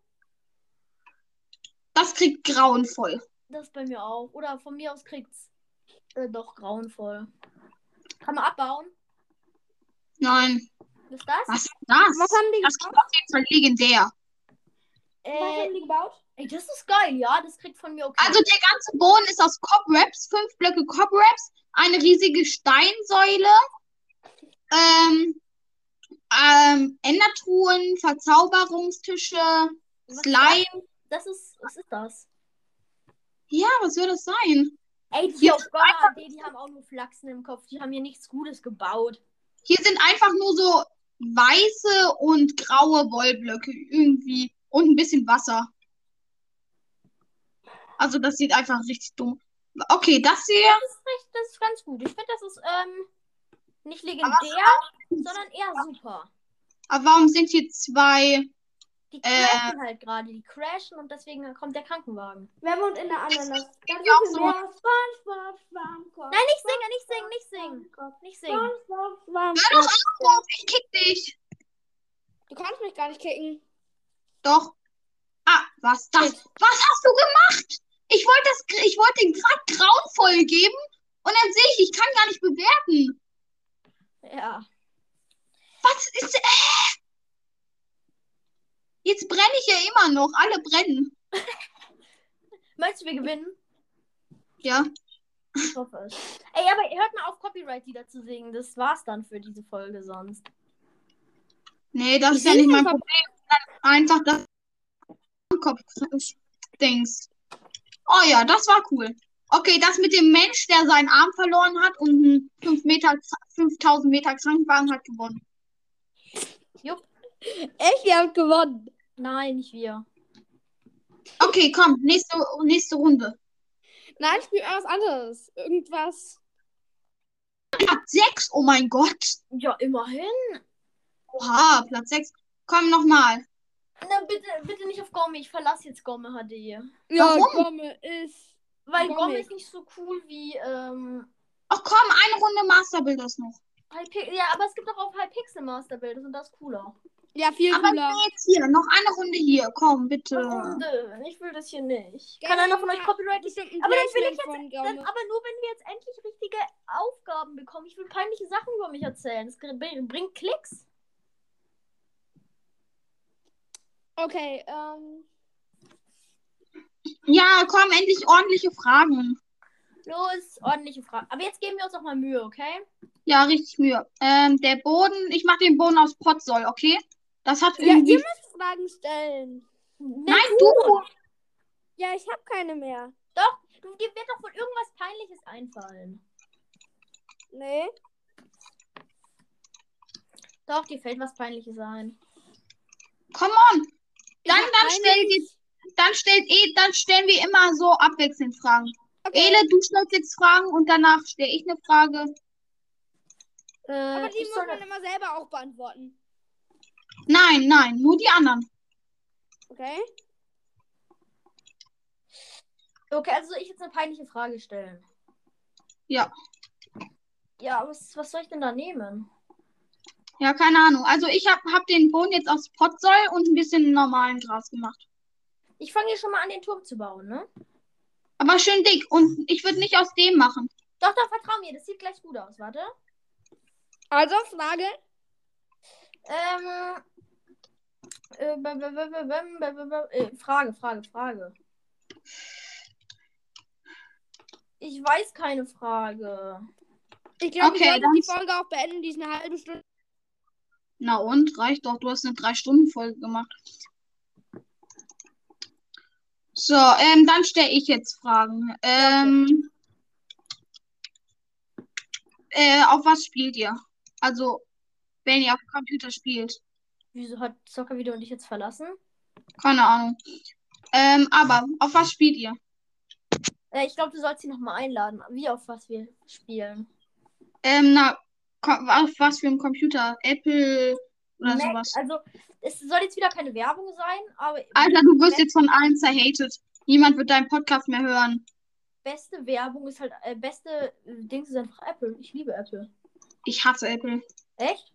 S2: Das kriegt grauenvoll.
S1: Das bei mir auch. Oder von mir aus kriegt's äh, doch grauenvoll. Kann man abbauen?
S2: Nein.
S1: Ist das?
S2: Was ist das?
S3: Was haben die
S2: Das
S3: gebaut?
S2: klingt auf jeden Fall legendär.
S3: Was
S1: Äh,
S3: haben die gebaut?
S1: ey, das ist geil, ja. Das kriegt von mir okay.
S2: Also der ganze Boden ist aus Cobwebs, fünf Blöcke Cobwebs, eine riesige Steinsäule, ähm, ähm, Endertruhen, Verzauberungstische,
S1: Was-
S2: Slime.
S1: Das ist, was ist das?
S2: Ja, was soll das sein?
S1: Ey, die
S2: Hier
S1: auf Gonna, die, die haben auch nur Flachsen im Kopf. Die haben hier nichts Gutes gebaut.
S2: Hier sind einfach nur so weiße und graue Wollblöcke irgendwie und ein bisschen Wasser. Also das sieht einfach richtig dumm. Okay, das hier.
S1: Das ist recht, das ist ganz gut. Ich finde, das ist ähm, nicht legendär, sondern eher super.
S2: Aber warum sind hier zwei?
S1: Die
S2: Äh.
S1: crashen halt gerade. Die crashen und deswegen kommt der Krankenwagen.
S3: Wer wohnt in der Ananas? Ganz
S2: auch
S3: viel
S2: so.
S3: mehr. SpongeBob, SpongeBob.
S1: Nein, nicht singen, nicht singen, nicht singen. Nicht singen.
S3: SpongeBob, SpongeBob.
S2: Hör doch auf, Oh, ich kick dich.
S3: Du kannst mich gar nicht kicken.
S2: Doch. Ah, was das? Was hast du gemacht? Ich wollte das, gr- ich wollte den Grad grauenvoll geben und dann sehe ich, ich kann gar nicht bewerten.
S1: Ja.
S2: Was ist? Äh? Jetzt brenne ich ja immer noch. Alle brennen.
S1: Meinst du, wir gewinnen?
S2: Ja.
S1: Ich hoffe es. Ey, aber hört mal auf, Copyright-Lieder zu singen. Das war's dann für diese Folge sonst.
S2: Nee, das ist ja
S3: bin
S2: nicht mein
S3: schon
S2: Problem. Einfach das Kopf-Dings. Oh ja, das war cool. Okay, das mit dem Mensch, der seinen Arm verloren hat und einen 5 Meter, 5000 Meter Krankenwagen hat gewonnen.
S3: Echt, ihr habt gewonnen.
S1: Nein, nicht wir.
S2: Okay, komm, nächste, nächste Runde.
S3: Nein, ich spiele was anderes. Irgendwas.
S2: Platz 6, oh mein Gott.
S1: Ja, immerhin.
S2: Oha, Platz 6. Komm nochmal.
S1: Na, bitte, bitte nicht auf Gomme. Ich verlasse jetzt Gomme HD.
S3: Ja,
S2: Warum?
S3: Gomme ist.
S1: Weil
S3: Gomme.
S1: Gomme ist nicht so cool wie, ähm,
S2: Ach komm, eine Runde Masterbilders noch.
S1: Hypixel. Ja, aber es gibt auch auf Hypixel Masterbildes und das ist cooler.
S3: Ja, viel
S2: Aber
S3: cooler.
S2: nee, jetzt hier, noch eine Runde hier. Komm, bitte.
S1: Runde. Ich will das hier nicht. Kann einer von euch Copyright?
S3: Bestimmt ein
S1: Aber dann will ich
S3: Placement von
S1: Dann, aber
S3: Gomme.
S1: nur, wenn wir jetzt endlich richtige Aufgaben bekommen. Ich will peinliche Sachen über mich erzählen. Das bring- bringt Klicks.
S3: Okay, ähm.
S2: Ja, komm, endlich ordentliche Fragen.
S1: Los, ordentliche Frage. Aber jetzt geben wir uns auch mal Mühe, okay?
S2: Ja, richtig Mühe. Ähm, der Boden, ich mach den Boden aus Potzoll, okay? Das hat
S3: Ja,
S2: irgendwie.
S3: ihr müsst Fragen stellen.
S2: Nein, du!
S3: Ja, ich habe keine mehr.
S1: Du, dir wird doch wohl irgendwas Peinliches einfallen.
S3: Nee.
S1: Doch, dir fällt was Peinliches ein.
S2: Come on!
S3: Ich
S2: Dann,
S3: hab
S2: dann,
S3: keine.
S2: stell, die- dann, stellt eh, dann stellen wir immer so abwechselnd Fragen.
S3: Okay.
S2: Ele, du stellst jetzt Fragen und danach stelle ich eine Frage.
S1: Äh,
S3: Aber die
S1: ich
S3: muss
S1: soll-
S3: man immer selber auch beantworten.
S2: Nein, nein, nur die anderen.
S3: Okay?
S1: okay, also soll ich jetzt eine peinliche Frage stellen?
S2: Ja.
S1: Ja, was, was soll ich denn da nehmen?
S2: Ja, keine Ahnung. Also ich hab, hab den Boden jetzt aus Potzoll und ein bisschen normalen Gras gemacht.
S1: Ich fange hier schon mal an, den Turm zu bauen, ne?
S2: Aber schön dick. Und ich würde nicht aus dem machen.
S1: Doch, doch, vertrau mir, das sieht gleich gut aus. Warte.
S3: Also, Frage.
S1: Ähm. äh, bä- bä- bä- bä- bäm, bä- bä- bä- äh, Frage, Frage, Frage. Ich weiß keine Frage.
S3: Ich glaube,
S2: Okay,
S3: okay,
S2: dann-
S3: ich sollte die Folge auch beenden. Die ist eine halbe Stunde.
S2: Na und? Reicht doch, du hast eine Drei-Stunden-Folge gemacht. So, ähm, dann stelle ich jetzt Fragen. Ähm, äh, auf was spielt ihr? Also, wenn ihr auf dem Computer spielt.
S1: Wieso hat Zocker wieder und ich jetzt verlassen?
S2: Keine Ahnung. Ähm, aber auf was spielt ihr?
S1: Äh, ich glaube, du sollst sie nochmal einladen, wie auf was wir spielen.
S2: Ähm, na, ko- auf was für ein Computer? Apple oder
S1: Mac,
S2: sowas.
S1: Also, es soll jetzt wieder keine Werbung sein, aber
S2: Alter, du wirst jetzt von allen zerhatet. Niemand wird deinen Podcast mehr hören.
S1: beste Werbung ist halt, äh, beste äh, Dings ist einfach Apple. Ich liebe Apple.
S2: Ich hasse Apple.
S1: Echt?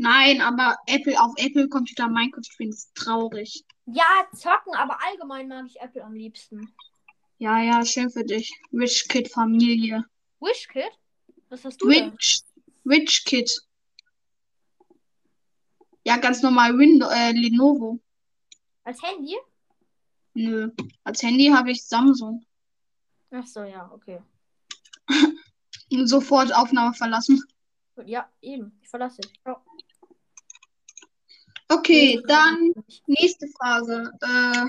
S2: Nein, aber Apple auf Apple-Computer Minecraft spielen ist traurig.
S1: Ja, zocken, aber allgemein mag ich Apple am liebsten.
S2: Ja, ja, schön für dich. Rich Kid Familie.
S1: Wishkid? Was hast du denn?
S2: Rich, Rich Kid. Ja, ganz normal Windows, äh, Lenovo.
S1: Als Handy?
S2: Nö. Als Handy habe ich Samsung.
S1: Ach so, ja, okay.
S2: Sofort Aufnahme verlassen.
S1: Gut, Ja, eben. Ich verlasse dich. Ciao.
S2: Okay, dann nächste Frage. Äh,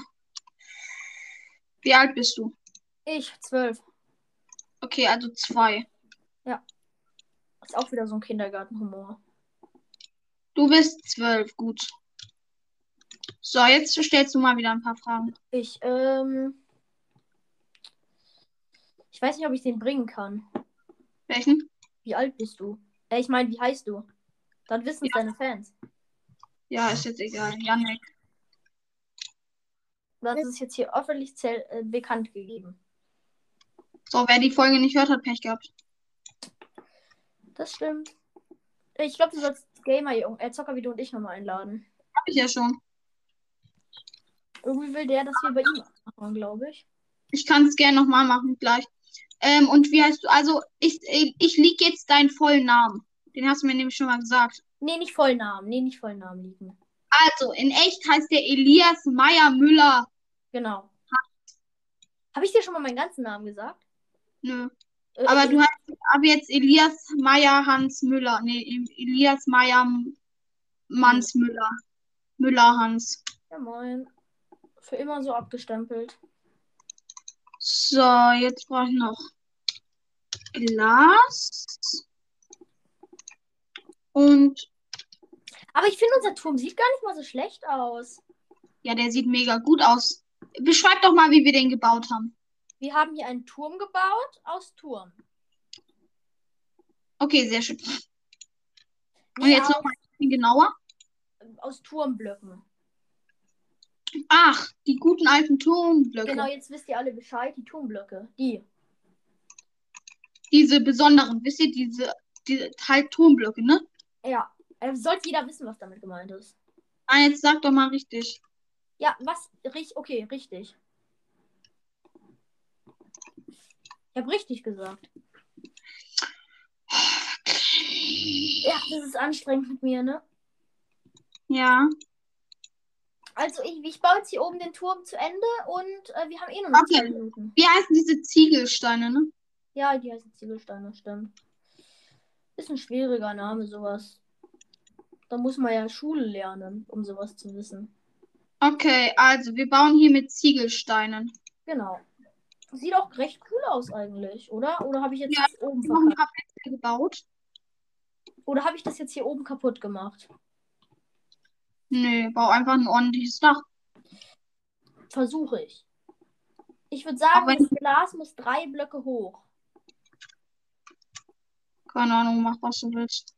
S2: wie alt bist du?
S1: Ich, zwölf.
S2: Okay, also zwei.
S1: Ist auch wieder so ein Kindergartenhumor.
S2: Du bist zwölf, gut. So, jetzt stellst du mal wieder ein paar Fragen.
S1: Ich, ähm. Ich weiß nicht, ob ich den bringen kann.
S2: Welchen?
S1: Wie alt bist du? Äh, ich meine, wie heißt du? Dann wissen es deine Fans.
S2: Ja, ist jetzt egal. Janek.
S1: Das ist jetzt hier öffentlich zell- äh, bekannt gegeben.
S2: So, wer die Folge nicht hört, hat Pech gehabt.
S1: Das stimmt. Ich glaube, du sollst Gamer, Jung- äh, Zocker wie du und ich nochmal einladen.
S2: Hab ich ja schon.
S1: Irgendwie will der, dass wir bei ihm machen, glaube ich.
S2: Ich kann es gerne nochmal machen gleich. Ähm, und wie heißt du? Also, ich, ich lieg jetzt deinen vollen Namen. Den hast du mir nämlich schon mal gesagt.
S1: Nee, nicht Vollnamen. Nee, nicht Vollnamen liegen.
S2: Also, in echt heißt der Elias Meyer Müller.
S1: Genau. Habe ich dir schon mal meinen ganzen Namen gesagt?
S2: Nö.
S1: Äh,
S2: Aber
S1: ich-
S2: du heißt ab jetzt Elias Meyer Hans Müller. Nee, Elias Meyer M- Manns Müller. Müller Hans.
S1: Ja, moin. Für immer so abgestempelt.
S2: So, jetzt brauche ich noch Elias. Und
S1: Aber ich finde, unser Turm sieht gar nicht mal so schlecht aus.
S2: ja, der sieht mega gut aus. Beschreib doch mal, wie wir den gebaut haben.
S1: Wir haben hier einen Turm gebaut aus Turm.
S2: Okay, sehr schön. Und
S1: Nicht
S2: jetzt
S1: aus,
S2: noch mal ein bisschen genauer.
S1: aus Turmblöcken.
S2: Ach, die guten alten Turmblöcke.
S1: Genau, jetzt wisst ihr alle Bescheid. Die Turmblöcke. Die.
S2: Diese besonderen, wisst ihr, diese, diese halt Turmblöcke, ne?
S1: Ja. Äh, sollte jeder wissen, was damit gemeint ist.
S2: Ah, jetzt sag doch mal richtig.
S1: Ja, was? Richtig. Okay, richtig. Ich habe richtig gesagt. Ja, das ist anstrengend mit mir, ne?
S2: Ja,
S1: Also, ich, ich baue jetzt hier oben den Turm zu Ende und äh, wir haben eh nur noch
S2: Okay.
S1: zwei Minuten.
S2: wie heißen diese Ziegelsteine, ne?
S1: Ja, die heißen Ziegelsteine, stimmt. Ist ein schwieriger Name, sowas. Da muss man ja Schule lernen, um sowas zu wissen.
S2: Okay, also wir bauen hier mit Ziegelsteinen.
S1: Genau. Sieht auch recht cool aus eigentlich, oder? Oder habe ich jetzt
S2: Ja,
S1: das oben
S2: Wir haben noch ein
S1: verkackt?
S2: paar Plätze gebaut.
S1: Oder habe ich das jetzt hier oben kaputt gemacht?
S2: Nö, bau einfach ein ordentliches Dach.
S1: Versuche ich. Ich würde sagen,
S2: Aber-
S1: das Glas muss drei Blöcke hoch.
S2: Keine Ahnung, mach was du willst.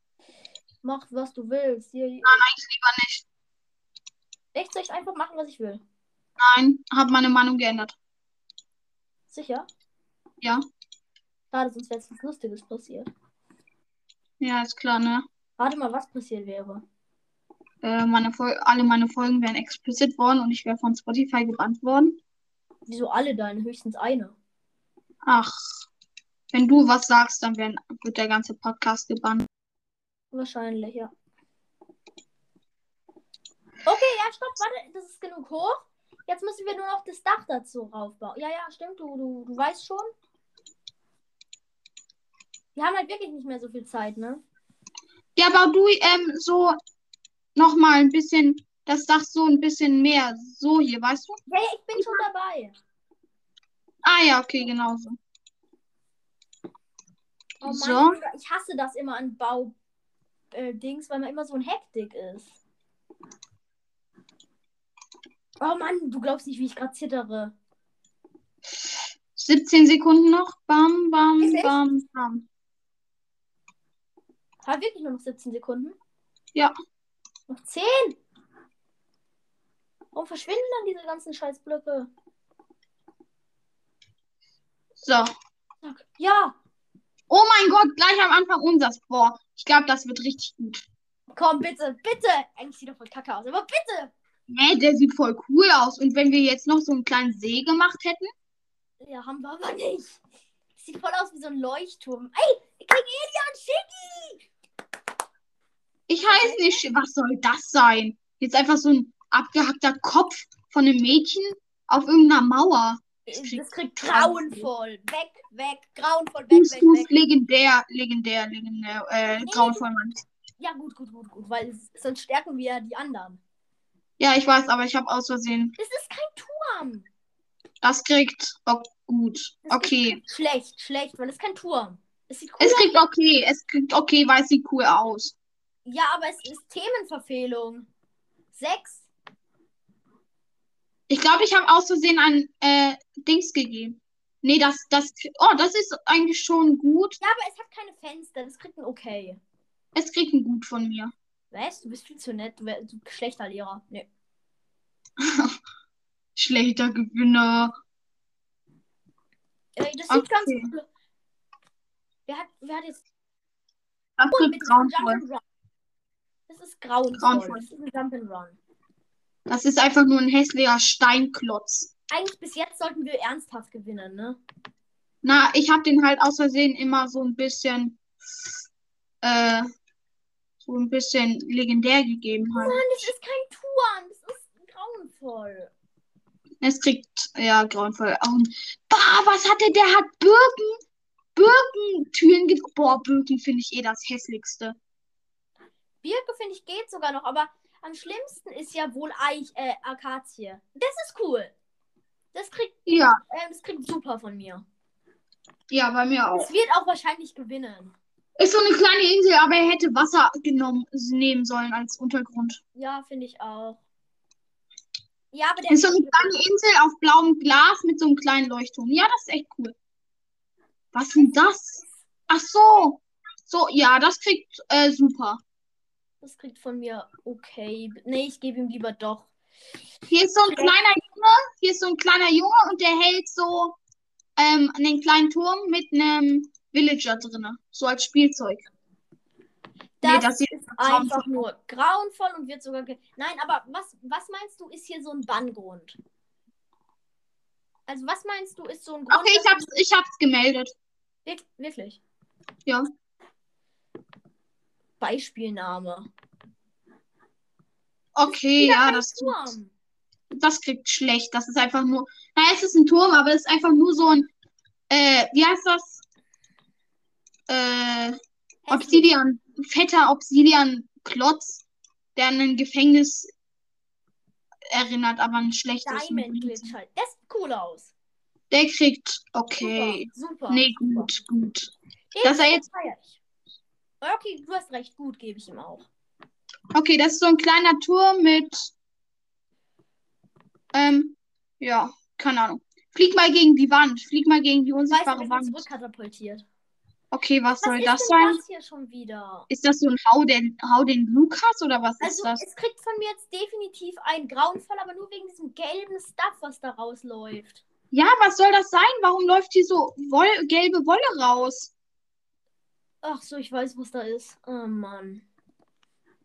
S1: Mach, was du willst. Hier,
S2: Lieber nicht.
S1: echt soll ich einfach machen, was ich will.
S2: Nein, hab meine Meinung geändert.
S1: Sicher?
S2: Ja.
S1: Schade, sonst wäre jetzt was Lustiges passiert.
S2: Ja, ist klar, ne?
S1: Warte mal, was passiert wäre.
S2: Äh, meine Fol alle meine Folgen wären explizit worden und ich wäre von Spotify gebannt worden.
S1: Wieso alle deine? Höchstens eine.
S2: Ach, wenn du was sagst, dann werden, wird der ganze Podcast gebannt.
S1: Wahrscheinlich, ja. Okay, ja, stopp, warte, das ist genug hoch. Jetzt müssen wir nur noch das Dach dazu raufbauen. Ja, ja, stimmt, du, du, du weißt schon. Wir haben halt wirklich nicht mehr so viel Zeit, ne?
S2: Ja, bau du ähm, so nochmal ein bisschen, das Dach so ein bisschen mehr. So hier, weißt du?
S1: Ja, ja, ich bin schon dabei.
S2: Ah ja, okay, genau so.
S1: Oh Mann,
S2: So.
S1: Bruder, ich hasse das immer an Bau äh, Dings, weil man immer so ein Hektik ist. Oh Mann, du glaubst nicht, wie ich gerade zittere.
S2: 17 Sekunden noch. Bam, bam,
S1: Ist echt?
S2: bam, bam.
S1: Haben wirklich nur noch 17 Sekunden?
S2: Ja.
S1: Noch 10? Warum verschwinden dann diese ganzen Scheißblöcke?
S2: So.
S1: Zack. Ja,
S2: Oh mein Gott, gleich am Anfang unseres. Boah, ich glaube, das wird richtig gut.
S1: Komm, bitte, bitte. Eigentlich sieht er voll kacke aus, aber bitte.
S2: Nee, der sieht voll cool aus. Und wenn wir jetzt noch so einen kleinen See gemacht hätten?
S1: Ja, haben wir aber nicht. Sieht voll aus wie so ein Leuchtturm. Ey, ich krieg Elian Schicki.
S2: Ich weiß nicht, was soll das sein? Jetzt einfach so ein abgehackter Kopf von einem Mädchen auf irgendeiner Mauer. Das klingt
S1: eh Das kriegt grauenvoll. Weg, weg, grauenvoll, weg,
S2: Fuß, Fuß,
S1: weg, weg.
S2: legendär, legendär, legendär, äh, grauenvoll, Mann.
S1: Ja, gut, gut, gut, gut, weil s- sonst stärken wir ja die anderen.
S2: Ja, ich weiß, aber ich habe aus Versehen.
S1: Das ist kein Turm.
S2: Das kriegt ok gut.
S1: Das
S2: Okay.
S1: Ist schlecht, schlecht, weil es ist kein Turm. Es sieht cool
S2: Es kriegt okay. Es kriegt okay, weil es sieht cool aus.
S1: Ja, aber es ist Themenverfehlung. Sechs.
S2: Ich glaube, ich habe aus Versehen ein äh, Dings gegeben. Nee, das, das, oh, das ist eigentlich schon gut.
S1: Ja, aber es hat keine Fenster. Das kriegt ein Okay.
S2: Es kriegt ein Gut von mir.
S1: Weißt du, bist viel zu nett. Du wär- du schlechter Lehrer. Nee.
S2: Schlechter Gewinner.
S1: Äh, das sieht ganz
S2: Okay.
S1: cool. Wer hat, wer hat jetzt
S2: Das kriegt
S1: mit diesem
S2: grauenvoll.
S1: Jump'n'Run? Das ist grauenvoll.
S2: Grauenvoll.
S1: Das ist ein Jump'n'Run.
S2: Das ist einfach nur ein hässlicher Steinklotz.
S1: Eigentlich bis jetzt sollten wir ernsthaft gewinnen, ne?
S2: Na, ich habe den halt aus Versehen immer so ein bisschen, äh, so ein bisschen legendär gegeben halt.
S1: Das ist kein Turm. Das ist grauenvoll.
S2: Es kriegt, ja, grauenvoll Augen. Bah, was hat der? Der hat Birken, Birkentüren. ge- Boah, Birken finde ich eh das hässlichste.
S1: Birke, finde ich, geht sogar noch. Aber am schlimmsten ist ja wohl Eich, äh, Akazie. Das ist cool. Das kriegt,
S2: Ja,
S1: äh, das kriegt super von mir.
S2: ja, bei mir auch.
S1: Es wird auch wahrscheinlich gewinnen.
S2: Ist so eine kleine Insel, aber er hätte Wasser genommen, nehmen sollen als Untergrund.
S1: Ja, finde ich auch. Ja, aber der
S2: Ist so eine kleine Insel auf blauem Glas mit so einem kleinen Leuchtturm. Ja, das ist echt cool. Was ist denn das? Ach so. So, ja, das kriegt äh, super.
S1: Das kriegt von mir okay. Nee, ich gebe ihm lieber doch.
S2: Hier ist so ein kleiner Junge, hier ist so ein kleiner Junge und der hält so ähm, einen kleinen Turm mit einem Villager drinne, so als Spielzeug.
S1: Das,
S2: nee, das sieht
S1: ist
S2: grauenvoll
S1: einfach nur grauenvoll und wird sogar. Ge Nein, aber was, was meinst du, ist hier so ein Banngrund? Also, was meinst du, ist so ein Grund?
S2: Okay, ich hab's, ich hab's gemeldet.
S1: Wirk wirklich.
S2: Ja.
S1: Beispielname.
S2: Okay,
S1: Wieder
S2: ja,
S1: kein
S2: das,
S1: Turm.
S2: das kriegt schlecht. Das ist einfach nur, naja, es ist ein Turm, aber es ist einfach nur so ein, äh, wie heißt das? Äh,
S1: Hässlich.
S2: Obsidian, fetter Obsidian-Klotz, der an ein Gefängnis erinnert, aber ein schlechtes.
S1: Diamond Glitcher. Das sieht cool aus.
S2: Der kriegt, okay.
S1: Super. super.
S2: Nee, gut, gut.
S1: Den
S2: Dass er jetzt,
S1: feier ich. Okay, du hast recht. Gut, gebe ich ihm auch.
S2: okay, das ist so ein kleiner Turm mit, ähm, ja, keine Ahnung. Flieg mal gegen die Wand, flieg mal gegen die
S1: Weißt du,
S2: unsichtbare
S1: wenn man
S2: Wand.
S1: zurückkatapultiert.
S2: Okay, was soll
S1: ist
S2: das
S1: denn
S2: sein?
S1: das hier schon wieder?
S2: Ist das so ein Hau den, Hau den Lukas oder was
S1: Also,
S2: ist das?
S1: es kriegt von mir jetzt definitiv einen grauenvoll, aber nur wegen diesem gelben Stuff, was da rausläuft.
S2: Ja, was soll das sein? Warum läuft hier so Woll, gelbe Wolle raus?
S1: Ach so, ich weiß, was da ist. Oh Mann.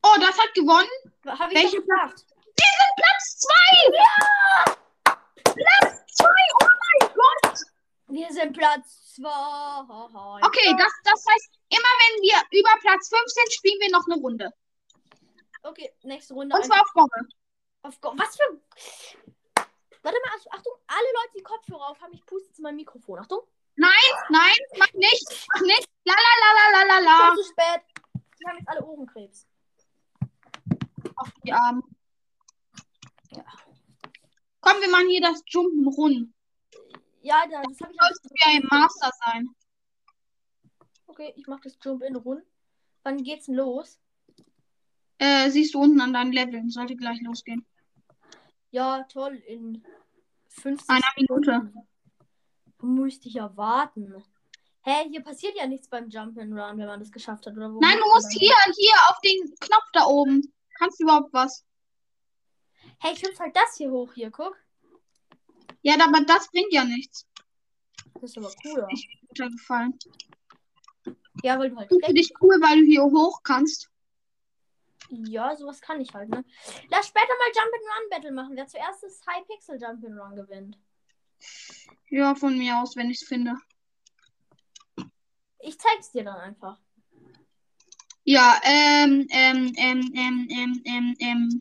S2: Oh, das hat gewonnen.
S1: Habe ich
S2: Welche
S1: doch gesagt.
S2: Platz zwei! Platz zwei! Oh mein Gott!
S1: Wir sind Platz 2.
S2: Okay, das, das heißt, immer wenn wir über Platz 5 sind, spielen wir noch eine Runde.
S1: Okay, nächste Runde.
S2: Und zwar auf Bombe.
S1: Auf Go Was für. Warte mal, Ach- Achtung, alle Leute, die Kopfhörer auf haben, ich puste jetzt mein Mikrofon. Achtung.
S2: Nein, mach nicht, mach nicht. La la la la la la la.
S1: Schon zu spät. Die haben jetzt alle Ohrenkrebs.
S2: Auf die Arme.
S1: Ja.
S2: Ähm, Komm, wir machen hier das Jumpen rund.
S1: Ja, da, das habe ich
S2: Sollst du ja im Master sein.
S1: Okay, ich mache das Jump in Run. Wann geht's denn los?
S2: Äh, siehst du unten an deinen Leveln. Sollte gleich losgehen.
S1: Ja, toll, in 50
S2: Einer Minute.
S1: Minuten. Müsste ich ja warten. Hä, hier passiert ja nichts beim Jump and Run, wenn man das geschafft hat, oder wo?
S2: Nein, du musst hier, hier auf den Knopf da oben. Kannst du überhaupt was?
S1: Hey, ich hüpfe halt das hier hoch, hier, guck.
S2: Ja, aber das bringt ja nichts.
S1: Das ist aber cooler.
S2: Runtergefallen.
S1: Ja, weil du halt
S2: Ist für dich cool, weil du hier hoch kannst.
S1: Ja, sowas kann ich halt, ne? Lass später mal Jump'n'Run Battle machen. Wer zuerst das High Pixel Jump'n'Run gewinnt.
S2: Ja, von mir aus, wenn ich es finde.
S1: Ich zeig's dir dann einfach.
S2: Ja, ähm, ähm, ähm, ähm, ähm, ähm, ähm,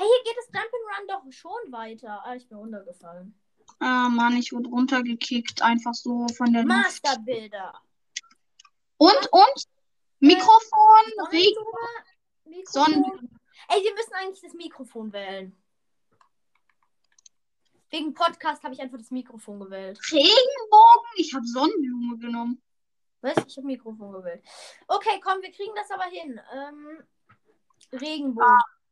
S1: Hey, hier geht das Jump'n'Run doch schon weiter. Ah, ich bin runtergefallen.
S2: ah, Mann, ich wurde runtergekickt, einfach so von der Luft.
S1: Master Builder.
S2: Und, und? Mikrofon,
S1: Äh,
S2: Reg
S1: Sonnenblume, Mikrofon.
S2: Sonnen-
S1: Ey, wir müssen eigentlich das Mikrofon wählen. Wegen Podcast habe ich einfach das Mikrofon gewählt.
S2: Regenbogen? Ich habe Sonnenblume genommen.
S1: Was? Ich habe Mikrofon gewählt. Okay, komm, wir kriegen das aber hin. Ähm, Regenbogen.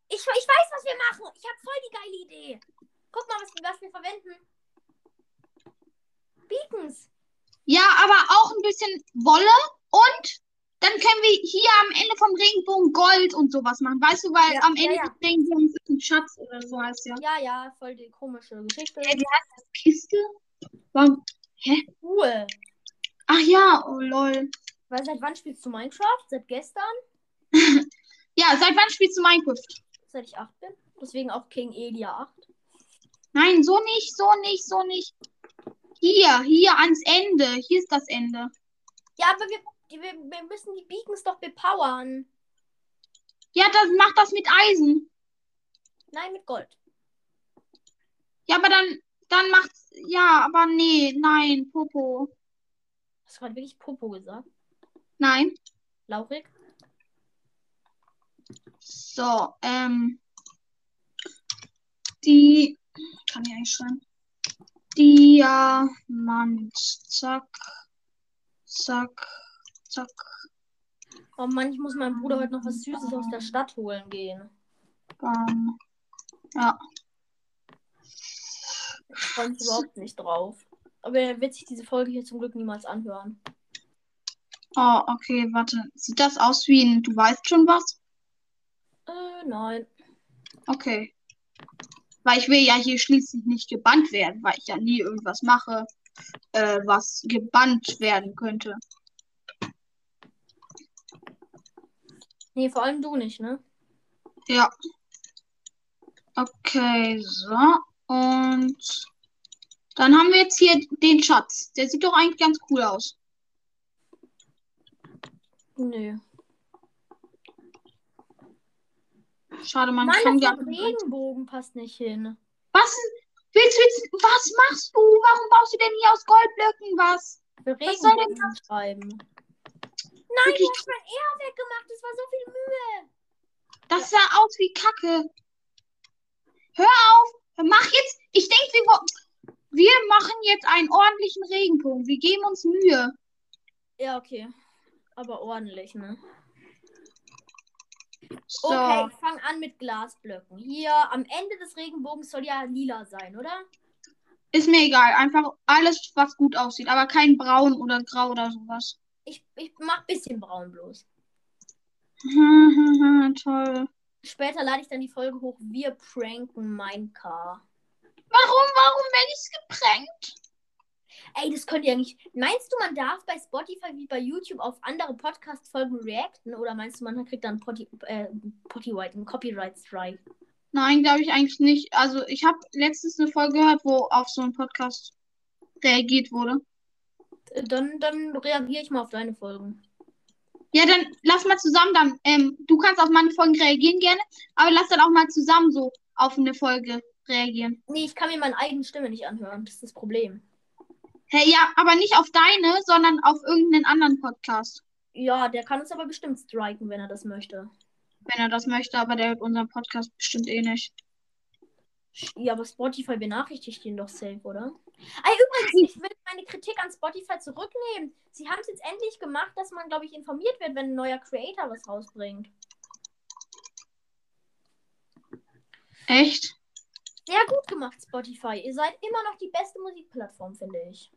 S1: Ich, ich weiß, was wir machen. Ich habe voll die geile Idee. Guck mal, was, was wir verwenden. Beacons.
S2: Ja, aber auch ein bisschen Wolle und dann können wir hier am Ende vom Regenbogen Gold und sowas machen. Weißt du, weil
S1: Ja,
S2: am
S1: ja,
S2: Ende
S1: ja.
S2: des Regenbogens ist ein Schatz oder so heißt ja.
S1: Ja, ja, voll die komische Geschichte.
S2: Hä, wie heißt das? Kiste? Warum?
S1: Cool.
S2: Ach ja, oh lol.
S1: Weil seit wann spielst du Minecraft? Seit gestern?
S2: Ja, seit wann spielst du Minecraft?
S1: Seit ich 8 bin. Deswegen auch King Elia 8.
S2: Nein, so nicht, so nicht, so nicht. Hier, hier ans Ende. Hier ist das Ende.
S1: Ja, aber wir, die- wir, wir müssen die Beacons doch bepowern.
S2: Ja, das mach das mit Eisen.
S1: Nein, mit Gold.
S2: Ja, aber dann, dann macht's. Ja, aber nee, nein, Popo.
S1: Hast du gerade wirklich Popo gesagt?
S2: Nein.
S1: Lauchig?
S2: So, ähm. Die. Kann ich eigentlich schreiben? Diamant. Zack. Zack. Zack.
S1: Oh Mann, ich muss meinem Bruder heute noch was Süßes aus der Stadt holen gehen.
S2: Bam.
S1: Ich freue mich überhaupt nicht drauf. Aber er wird sich diese Folge hier zum Glück niemals anhören.
S2: Oh, okay, warte. Sieht das aus wie ein. Du weißt schon was?
S1: Äh, nein.
S2: Okay. Weil ich will ja hier schließlich nicht gebannt werden, weil ich ja nie irgendwas mache, äh, was gebannt werden könnte.
S1: Nee, vor allem du nicht, ne?
S2: Okay, so. Und dann haben wir jetzt hier den Schatz. Der sieht doch eigentlich ganz cool aus.
S1: Nö.
S2: Schade, man
S1: Mann,
S2: kann
S1: das
S2: gar
S1: Wort Regenbogen passt nicht hin.
S2: Was? Willst, willst, was machst du? Warum baust du denn hier aus Goldblöcken was?
S1: Wir
S2: Was soll
S1: Regenbogen schreiben. Nein, du
S2: Wirklich,
S1: hast mein R weggemacht. Das war so viel Mühe.
S2: das sah aus wie Kacke. Hör auf! Mach jetzt. Ich denke, wir, wo- wir machen jetzt einen ordentlichen Regenbogen. Wir geben uns Mühe.
S1: Ja, okay. Aber ordentlich, ne?
S2: So.
S1: Okay, ich fange an mit Glasblöcken. Hier am Ende des Regenbogens soll ja lila sein, oder?
S2: Ist mir egal. Einfach alles, was gut aussieht. Aber kein Braun oder Grau oder sowas.
S1: Ich, ich mach bisschen braun bloß.
S2: [laughs] Toll.
S1: Später lade ich dann die Folge hoch. Wir pranken mein Car.
S2: Warum, warum werde ich geprankt?
S1: Ey, das könnt ihr ja nicht. Meinst du, man darf bei Spotify wie bei YouTube auf andere Podcast-Folgen reacten? Oder meinst du, man kriegt dann Potty, äh, Potty White, einen Copyright-Strike?
S2: Nein, glaube ich eigentlich nicht. Also, ich habe letztens eine Folge gehört, wo auf so einen Podcast reagiert wurde.
S1: Äh, Dann, dann reagiere ich mal auf deine Folgen.
S2: Ja, dann lass mal zusammen dann. Ähm, du kannst auf meine Folgen reagieren gerne, aber lass dann auch mal zusammen so auf eine Folge reagieren.
S1: Nee, ich kann mir meine eigene Stimme nicht anhören. Das ist das Problem.
S2: Hey, ja, aber nicht auf deine, sondern auf irgendeinen anderen Podcast,
S1: Ja, der kann uns aber bestimmt striken, wenn er das möchte.
S2: wenn er das möchte, aber der hört unseren Podcast bestimmt eh nicht.
S1: Ja, aber Spotify benachrichtigt ihn doch safe, oder? Ey, übrigens, ich will meine Kritik an Spotify zurücknehmen. Sie haben es jetzt endlich gemacht, dass man, glaube ich, informiert wird, wenn ein neuer Creator was rausbringt.
S2: Echt?
S1: Sehr gut gemacht, Spotify. Ihr seid immer noch die beste Musikplattform, finde ich.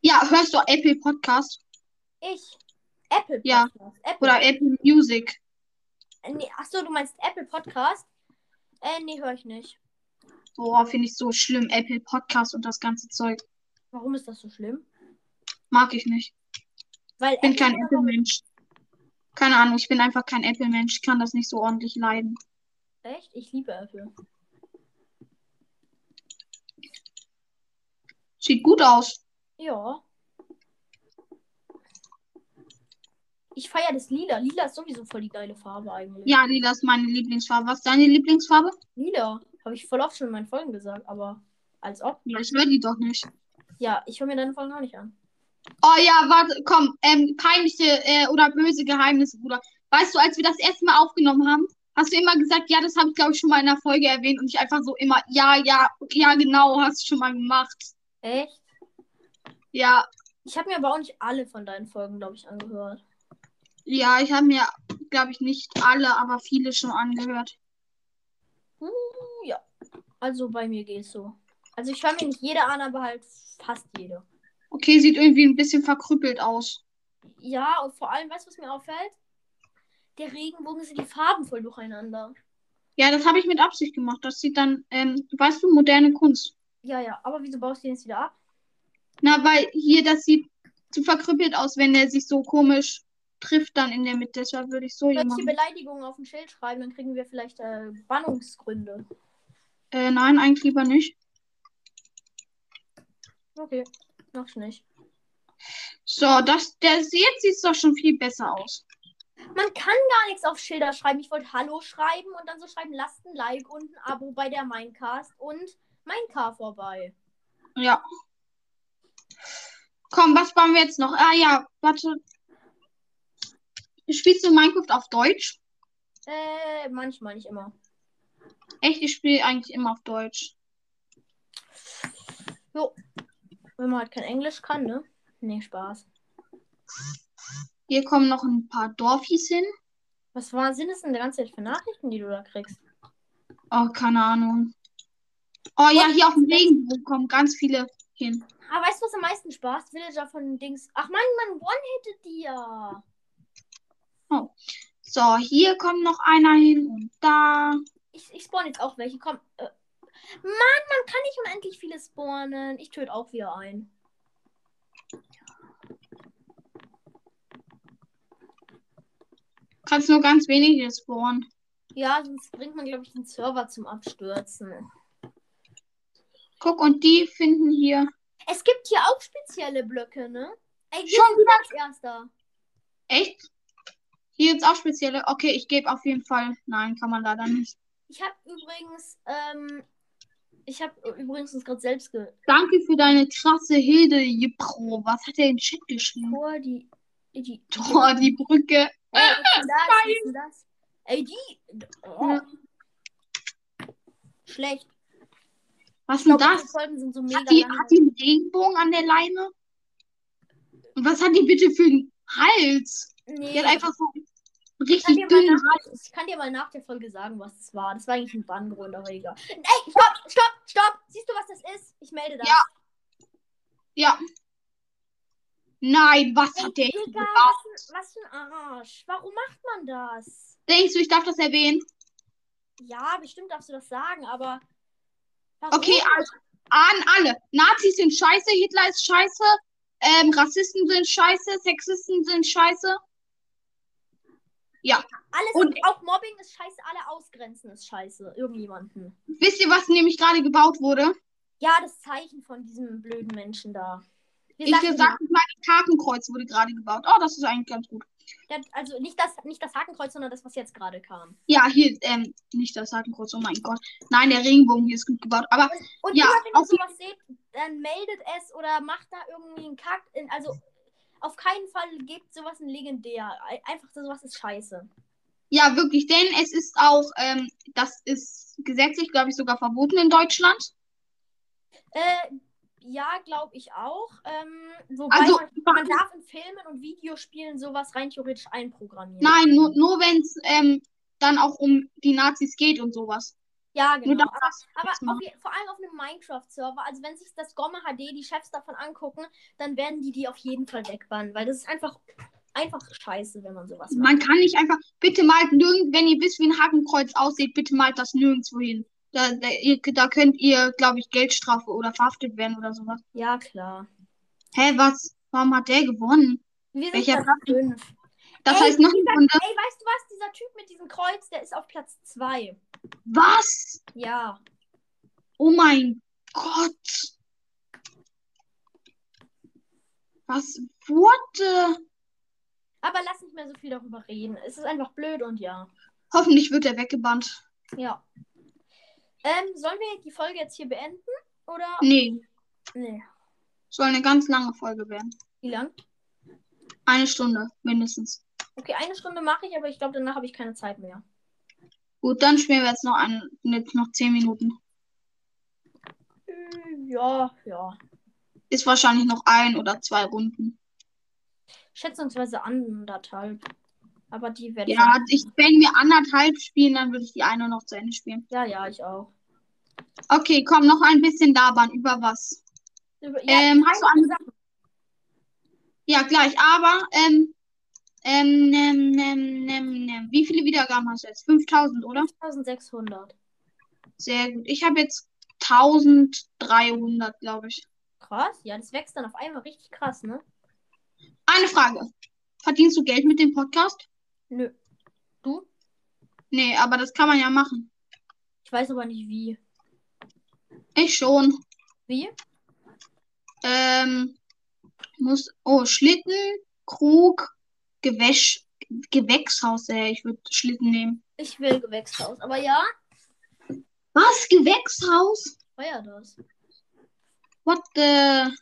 S2: Ja, hörst du Apple Podcast
S1: Ich. Apple
S2: Ja.
S1: Podcast. Apple.
S2: oder Apple Music?
S1: Äh, nee, achso, du meinst Apple Podcast? Äh, nee, höre ich nicht.
S2: Boah, finde ich so schlimm. Apple Podcast und das ganze Zeug
S1: Warum ist das so schlimm?
S2: mag ich nicht.
S1: Weil
S2: Bin
S1: Apple
S2: kein
S1: hat doch-
S2: Apple Mensch. Keine Ahnung, ich bin einfach kein Apple-Mensch. Ich kann das nicht so ordentlich leiden.
S1: Echt? Ich liebe Äpfel.
S2: Sieht gut aus.
S1: Ja. Ich feiere das Lila. Lila ist sowieso voll die geile Farbe eigentlich.
S2: Ja, lila ist meine Lieblingsfarbe. Was ist deine Lieblingsfarbe?
S1: Lila. Habe ich voll oft schon in meinen Folgen gesagt, aber als ob.
S2: Ja, ich höre die doch nicht.
S1: Ja, ich höre mir deine Folgen auch nicht an.
S2: Oh ja, warte, komm. Ähm, peinliche äh, oder böse Geheimnisse, Bruder. Weißt du, als wir das erste Mal aufgenommen haben, hast du immer gesagt, ja, das habe ich, glaube ich, schon mal in einer Folge erwähnt. Und ich einfach so immer, ja, ja, ja, genau, hast du schon mal gemacht.
S1: Echt?
S2: Ja,
S1: Ich habe mir aber auch nicht alle von deinen Folgen, glaube ich, angehört.
S2: ja, ich habe mir, glaube ich, nicht alle, aber viele schon angehört.
S1: Uh, Ja. Also bei mir geht's so. Also ich höre mir nicht jede an, aber halt fast jede.
S2: Okay, sieht irgendwie ein bisschen verkrüppelt aus.
S1: Ja, und vor allem, weißt du, was mir auffällt? Der Regenbogen sind die Farben voll durcheinander.
S2: Ja, das habe ich mit Absicht gemacht. Das sieht dann, ähm, weißt du, moderne Kunst.
S1: Ja, ja, aber wieso baust du den jetzt wieder ab?
S2: Na, weil hier, das sieht zu verkrüppelt aus, wenn der sich so komisch trifft dann in der Mitte. Deshalb würde ich so hier
S1: Solche
S2: machen.
S1: Beleidigungen auf ein Schild schreiben, dann kriegen wir vielleicht äh, Bannungsgründe.
S2: Äh, nein, eigentlich lieber nicht.
S1: Okay, mach ich nicht.
S2: So, das, der, jetzt sieht es doch schon viel besser aus.
S1: Man kann gar nichts auf Schilder schreiben. Ich wollte Hallo schreiben und dann so schreiben, lasst ein Like und ein Abo bei der Minecast und Minecast vorbei.
S2: Ja. Komm, was bauen wir jetzt noch? Ah ja, warte. Spielst du Minecraft auf Deutsch?
S1: Äh, manchmal, nicht immer.
S2: Echt, ich spiele eigentlich immer auf Deutsch.
S1: Wenn man halt kein Englisch kann, ne? Nee, Spaß.
S2: Hier kommen noch ein paar Dorfis hin.
S1: Was war sind es denn die ganze Zeit für Nachrichten, die du da kriegst?
S2: Oh, keine Ahnung. Oh ja, hier auf dem Regenbogen kommen ganz viele hin.
S1: Ah, weißt du, was am meisten Spaß? Villager von Dings. Ach Mann, man one-hitted dir.
S2: So, hier kommt noch einer hin und da.
S1: Ich, ich spawn jetzt auch welche. Komm. Äh. Mann, man kann nicht unendlich viele spawnen. Ich töte auch wieder einen.
S2: Kannst nur ganz wenige spawnen.
S1: Ja, sonst bringt man, glaube ich, den Server zum Abstürzen.
S2: Guck, und die finden hier.
S1: Es gibt hier auch spezielle Blöcke, ne? Ey, wir
S2: Schon
S1: sind wieder als erster.
S2: Echt? Hier gibt's auch spezielle. Okay, ich gebe auf jeden Fall. Nein, kann man leider nicht.
S1: Ich habe übrigens, ähm, ich habe übrigens uns gerade selbst ge
S2: Danke für deine krasse Hilde, Jipro. Was hat er in den Chat geschrieben?
S1: Boah, die. Die.
S2: Tor, die Brücke.
S1: Ey, was ist denn das? Was ist denn das? Ey, die. Oh.
S2: Ja.
S1: Schlecht.
S2: Was
S1: Ich
S2: denn
S1: glaube, die
S2: das?
S1: Folgen sind so mega
S2: Hat die,
S1: lang.
S2: hat die einen Regenbogen an der Leine? Und was hat die bitte für einen Hals?
S1: Nee,
S2: Die hat einfach so einen
S1: ich, kann
S2: richtig
S1: dir mal
S2: dünnen
S1: nach, ich kann dir mal nach der Folge sagen, was es war. Das war eigentlich ein Banngrund, aber egal. Ey, stopp, stopp, stopp. Siehst du, was das ist? Ich melde das.
S2: Ja. Nein, was
S1: Ey,
S2: hat der?
S1: Digga, was, ein- was für ein Arsch. Warum macht man das?
S2: Denkst du, ich darf das erwähnen?
S1: Ja, bestimmt darfst du das sagen, aber. Warum?
S2: Okay, also, an alle. Nazis sind scheiße, Hitler ist scheiße, ähm, Rassisten sind scheiße, Sexisten sind scheiße.
S1: Alles
S2: und-
S1: auch Mobbing ist scheiße, alle ausgrenzen ist scheiße. Irgendjemanden.
S2: Wisst ihr, was nämlich gerade gebaut wurde?
S1: Ja, das Zeichen von diesem blöden Menschen da. Wir
S2: Ich
S1: sagen-
S2: gesagt, mein Hakenkreuz wurde gerade gebaut. Oh, das ist eigentlich ganz gut.
S1: Ja, also nicht das, nicht das Hakenkreuz, sondern das, was jetzt gerade kam.
S2: Ja, hier, ähm, nicht das Hakenkreuz, oh mein Gott. Nein, der Regenbogen hier ist gut gebaut. Aber
S1: Und
S2: Ja,
S1: immer wenn ihr
S2: auf
S1: sowas seht, dann meldet es oder macht da irgendwie einen Kack. In, also auf keinen Fall gebt sowas ein legendär. Ei- Einfach sowas ist scheiße.
S2: ja, wirklich, denn es ist auch, ähm, das ist gesetzlich, glaube ich, sogar verboten in Deutschland.
S1: Äh, ja, glaube ich auch. Ähm, wobei
S2: Also,
S1: man, man darf in Filmen und Videospielen sowas rein theoretisch einprogrammieren.
S2: nein, nur, nur wenn es ähm, dann auch um die Nazis geht und sowas.
S1: Ja, genau.
S2: Nur
S1: Aber,
S2: das
S1: aber
S2: das
S1: auf, je- vor allem auf einem Minecraft-Server, also wenn sich das Gomme HD, die Chefs davon angucken, dann werden die die auf jeden Fall wegbannen, weil das ist einfach, einfach scheiße, wenn man sowas macht.
S2: Man kann nicht einfach, bitte malt nirgend, wenn ihr wisst, wie ein Hakenkreuz aussieht, bitte malt das nirgendwo hin. Da, da, ihr, da könnt ihr, glaube ich, Geldstrafe oder verhaftet werden oder sowas.
S1: Ja, klar.
S2: Hä, was? Warum hat der gewonnen?
S1: Wir sind
S2: Welcher
S1: Platz
S2: Platz?
S1: fünf. Ey,
S2: Das heißt noch eine
S1: dieser-
S2: Runde.
S1: Ey, weißt du was? Dieser Typ mit diesem Kreuz, der ist auf Platz 2.
S2: Was?
S1: Ja.
S2: Oh mein Gott. Was wurde?
S1: Aber lass nicht mehr so viel darüber reden. Es ist einfach blöd und ja.
S2: Hoffentlich wird er weggebannt.
S1: Ja. Ähm, sollen wir die Folge jetzt hier beenden? Oder?
S2: Nee,
S1: Nee.
S2: soll eine ganz lange Folge werden.
S1: Wie lang?
S2: Eine Stunde mindestens.
S1: Okay, eine Stunde mache ich, aber ich glaube, danach habe ich keine Zeit mehr.
S2: Gut, dann spielen wir jetzt noch ein, jetzt noch 10 Minuten.
S1: Hm, Ja, ja.
S2: Ist wahrscheinlich noch ein oder zwei Runden.
S1: Schätzungsweise anderthalb. Aber die werde
S2: Ja, ich, wenn wir anderthalb spielen, dann würde ich die eine noch zu Ende spielen.
S1: ja, ja, ich auch.
S2: Okay, komm, noch ein bisschen labern. Über was?
S1: Über-
S2: Ähm, hast du
S1: keine
S2: andere-
S1: Sachen.
S2: Ja, gleich, aber, ähm, ähm, ähm, ähm, ähm, ähm, wie viele Wiedergaben hast du jetzt? 5000, oder?
S1: 1600.
S2: Sehr gut. Ich habe jetzt 1300, glaube ich.
S1: Krass, ja, das wächst dann auf einmal richtig krass, ne?
S2: Eine Frage. Verdienst du Geld mit dem Podcast?
S1: Nö. Du?
S2: Nee, aber das kann man ja machen.
S1: Ich weiß aber nicht wie.
S2: Ich schon.
S1: Wie?
S2: Ähm, muss, oh, Schlitten, Krug, Gewäsch, Gewächshaus, ey, ich würde Schlitten nehmen.
S1: Ich will Gewächshaus. Aber ja,
S2: Was? Gewächshaus?
S1: teuer das.
S2: What the?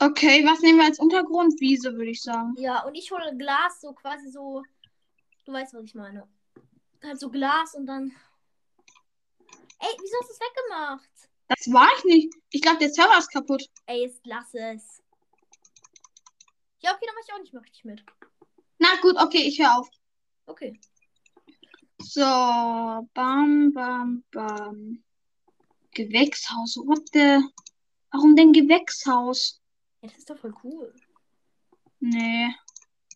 S2: Okay, was nehmen wir als Untergrund? Wiese, würde ich sagen.
S1: Ja, und ich hole Glas, so quasi so. Du weißt, was ich meine. Halt so Glas und dann. Ey, wieso hast du es weggemacht?
S2: Das war ich nicht. Ich glaube, der Server ist kaputt.
S1: Ey, jetzt lass es. Ja, okay, dann mach ich auch nicht mehr richtig mit.
S2: Na gut, okay, ich höre auf.
S1: Okay.
S2: So, bam, bam, bam. Gewächshaus, what the? Warum denn Gewächshaus?
S1: Ja, das ist doch voll cool.
S2: Nee.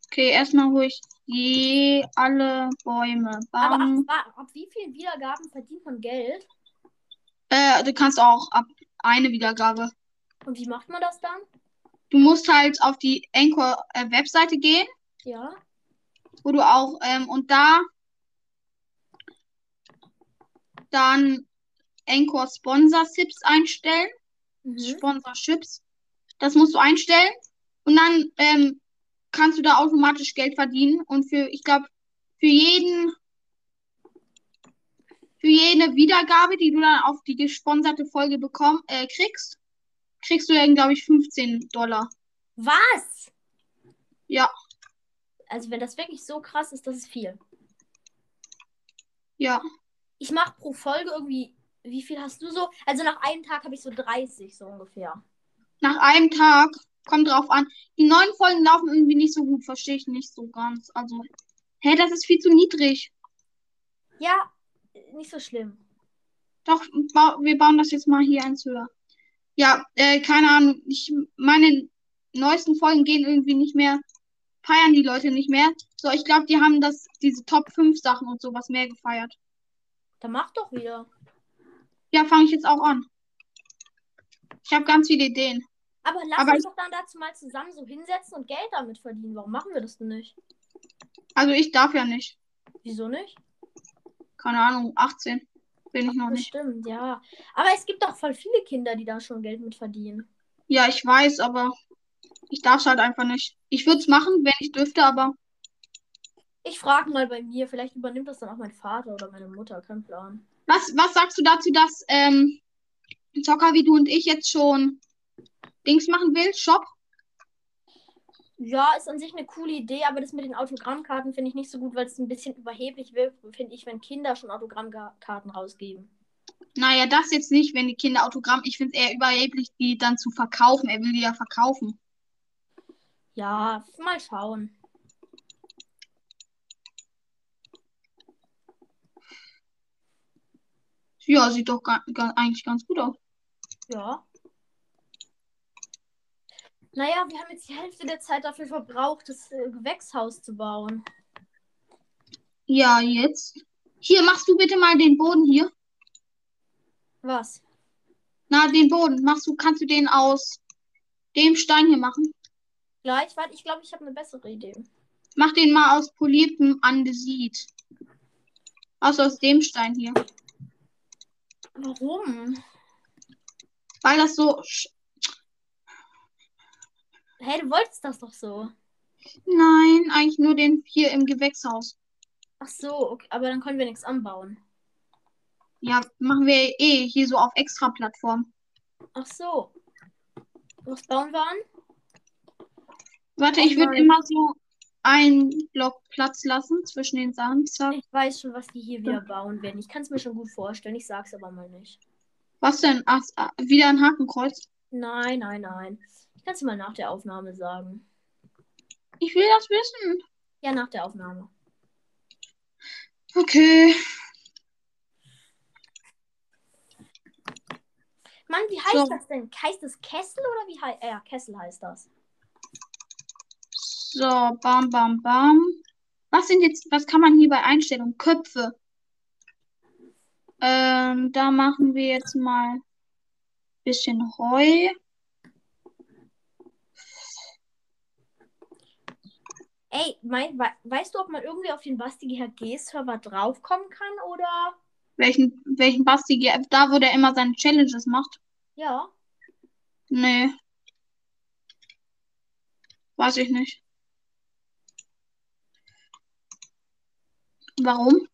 S2: Okay, erstmal ruhig. Je alle Bäume.
S1: Aber ab,
S2: Bam.
S1: wa- ab wie vielen Wiedergaben verdient man Geld?
S2: Äh, du kannst auch ab eine Wiedergabe.
S1: Und wie macht man das dann?
S2: Du musst halt auf die Anchor-Webseite gehen.
S1: Ja.
S2: wo du auch ähm, und da dann Anchor Sponsorships einstellen,
S1: Mhm.
S2: Sponsorships. Das musst du einstellen und dann ähm, kannst du da automatisch Geld verdienen und für ich glaube für jeden für jede Wiedergabe, die du dann auf die gesponserte Folge bekomm, äh, kriegst, kriegst du dann glaube ich 15 Dollar.
S1: Was?
S2: Ja.
S1: Also wenn das wirklich so krass ist, das ist viel.
S2: Ja.
S1: Ich mache pro Folge irgendwie, wie viel hast du so? Also nach einem Tag habe ich so 30 so ungefähr.
S2: Nach einem Tag. Kommt drauf an. Die neuen Folgen laufen irgendwie nicht so gut. Verstehe ich nicht so ganz. Also, hä, das ist viel zu niedrig.
S1: Ja, nicht so schlimm.
S2: Doch, ba wir bauen das jetzt mal hier eins höher. Ja, äh, keine Ahnung. Ich, meine neuesten Folgen gehen irgendwie nicht mehr. Feiern die Leute nicht mehr. So, ich glaube, die haben das, diese Top 5 Sachen und sowas mehr gefeiert.
S1: Dann mach doch wieder.
S2: Ja, fange ich jetzt auch an. Ich habe ganz viele Ideen.
S1: Aber lass
S2: Aber
S1: uns doch dann dazu mal zusammen so hinsetzen und Geld damit verdienen. Warum machen wir das denn nicht?
S2: Also, ich darf ja nicht.
S1: Wieso nicht?
S2: Keine Ahnung, 18 bin ich noch
S1: Das
S2: nicht.
S1: stimmt, ja. Aber es gibt doch voll viele Kinder, die da schon Geld mit verdienen.
S2: Ja, ich weiß, aber ich darf es halt einfach nicht. Ich würde es machen, wenn ich dürfte, aber
S1: Ich frage mal bei mir, vielleicht übernimmt das dann auch mein Vater oder meine Mutter, kein Plan.
S2: was, was sagst du dazu, dass ähm, Zocker wie du und ich jetzt schon Dings machen will? Shop?
S1: Ja, ist an sich eine coole Idee, aber das mit den Autogrammkarten finde ich nicht so gut, weil es ein bisschen überheblich wirkt, finde ich, wenn Kinder schon Autogrammkarten rausgeben.
S2: Naja, das jetzt nicht, wenn die Kinder Autogramm. Ich finde es eher überheblich, die dann zu verkaufen. Er will die ja verkaufen.
S1: Ja, mal schauen.
S2: Ja, sieht doch ga, ga, eigentlich ganz gut aus.
S1: Ja. Naja, wir haben jetzt die Hälfte der Zeit dafür verbraucht, das äh, Gewächshaus zu bauen.
S2: Ja, jetzt. Hier, machst du bitte mal den Boden hier.
S1: Was?
S2: Na, den Boden. Machst du, kannst du den aus dem Stein hier machen?
S1: Gleich, warte, ich glaube, ich habe eine bessere Idee.
S2: Mach den mal aus poliertem Andesit. Außer aus dem Stein hier.
S1: Warum?
S2: Weil das so. sch-
S1: Hey, du wolltest das doch so.
S2: Nein, eigentlich nur den hier im Gewächshaus.
S1: Ach so, okay, aber dann können wir nichts anbauen.
S2: Ja, machen wir eh hier so auf extra Plattform.
S1: Ach so. Was bauen wir an?
S2: Warte, ich würde
S3: Nein.
S2: immer so einen Block Platz lassen zwischen den Sachen. Zack.
S1: Ich weiß schon, was die hier wieder bauen werden. Ich kann es mir schon gut vorstellen. Ich sag's aber mal nicht.
S2: Was denn? Ach, ah, wieder ein Hakenkreuz.
S1: Nein, nein, nein. Ich kann es dir mal nach der Aufnahme sagen.
S2: Ich will das wissen.
S1: Ja, nach der Aufnahme.
S2: Okay.
S1: Mann, wie heißt
S2: So.
S1: das denn? Heißt das Kessel oder wie heißt. Ja, Kessel heißt das.
S2: So, bam, bam, bam. Was sind jetzt, was kann man hier bei Einstellungen? Köpfe. Ähm, da machen wir jetzt mal ein bisschen Heu.
S1: Ey, mein, we weißt du, ob man irgendwie auf den Basti GHG-Server draufkommen kann oder.
S2: Welchen, welchen Basti, ge- da wo der immer seine Challenges macht.
S1: Ja.
S2: Nee. Weiß ich nicht. Warum?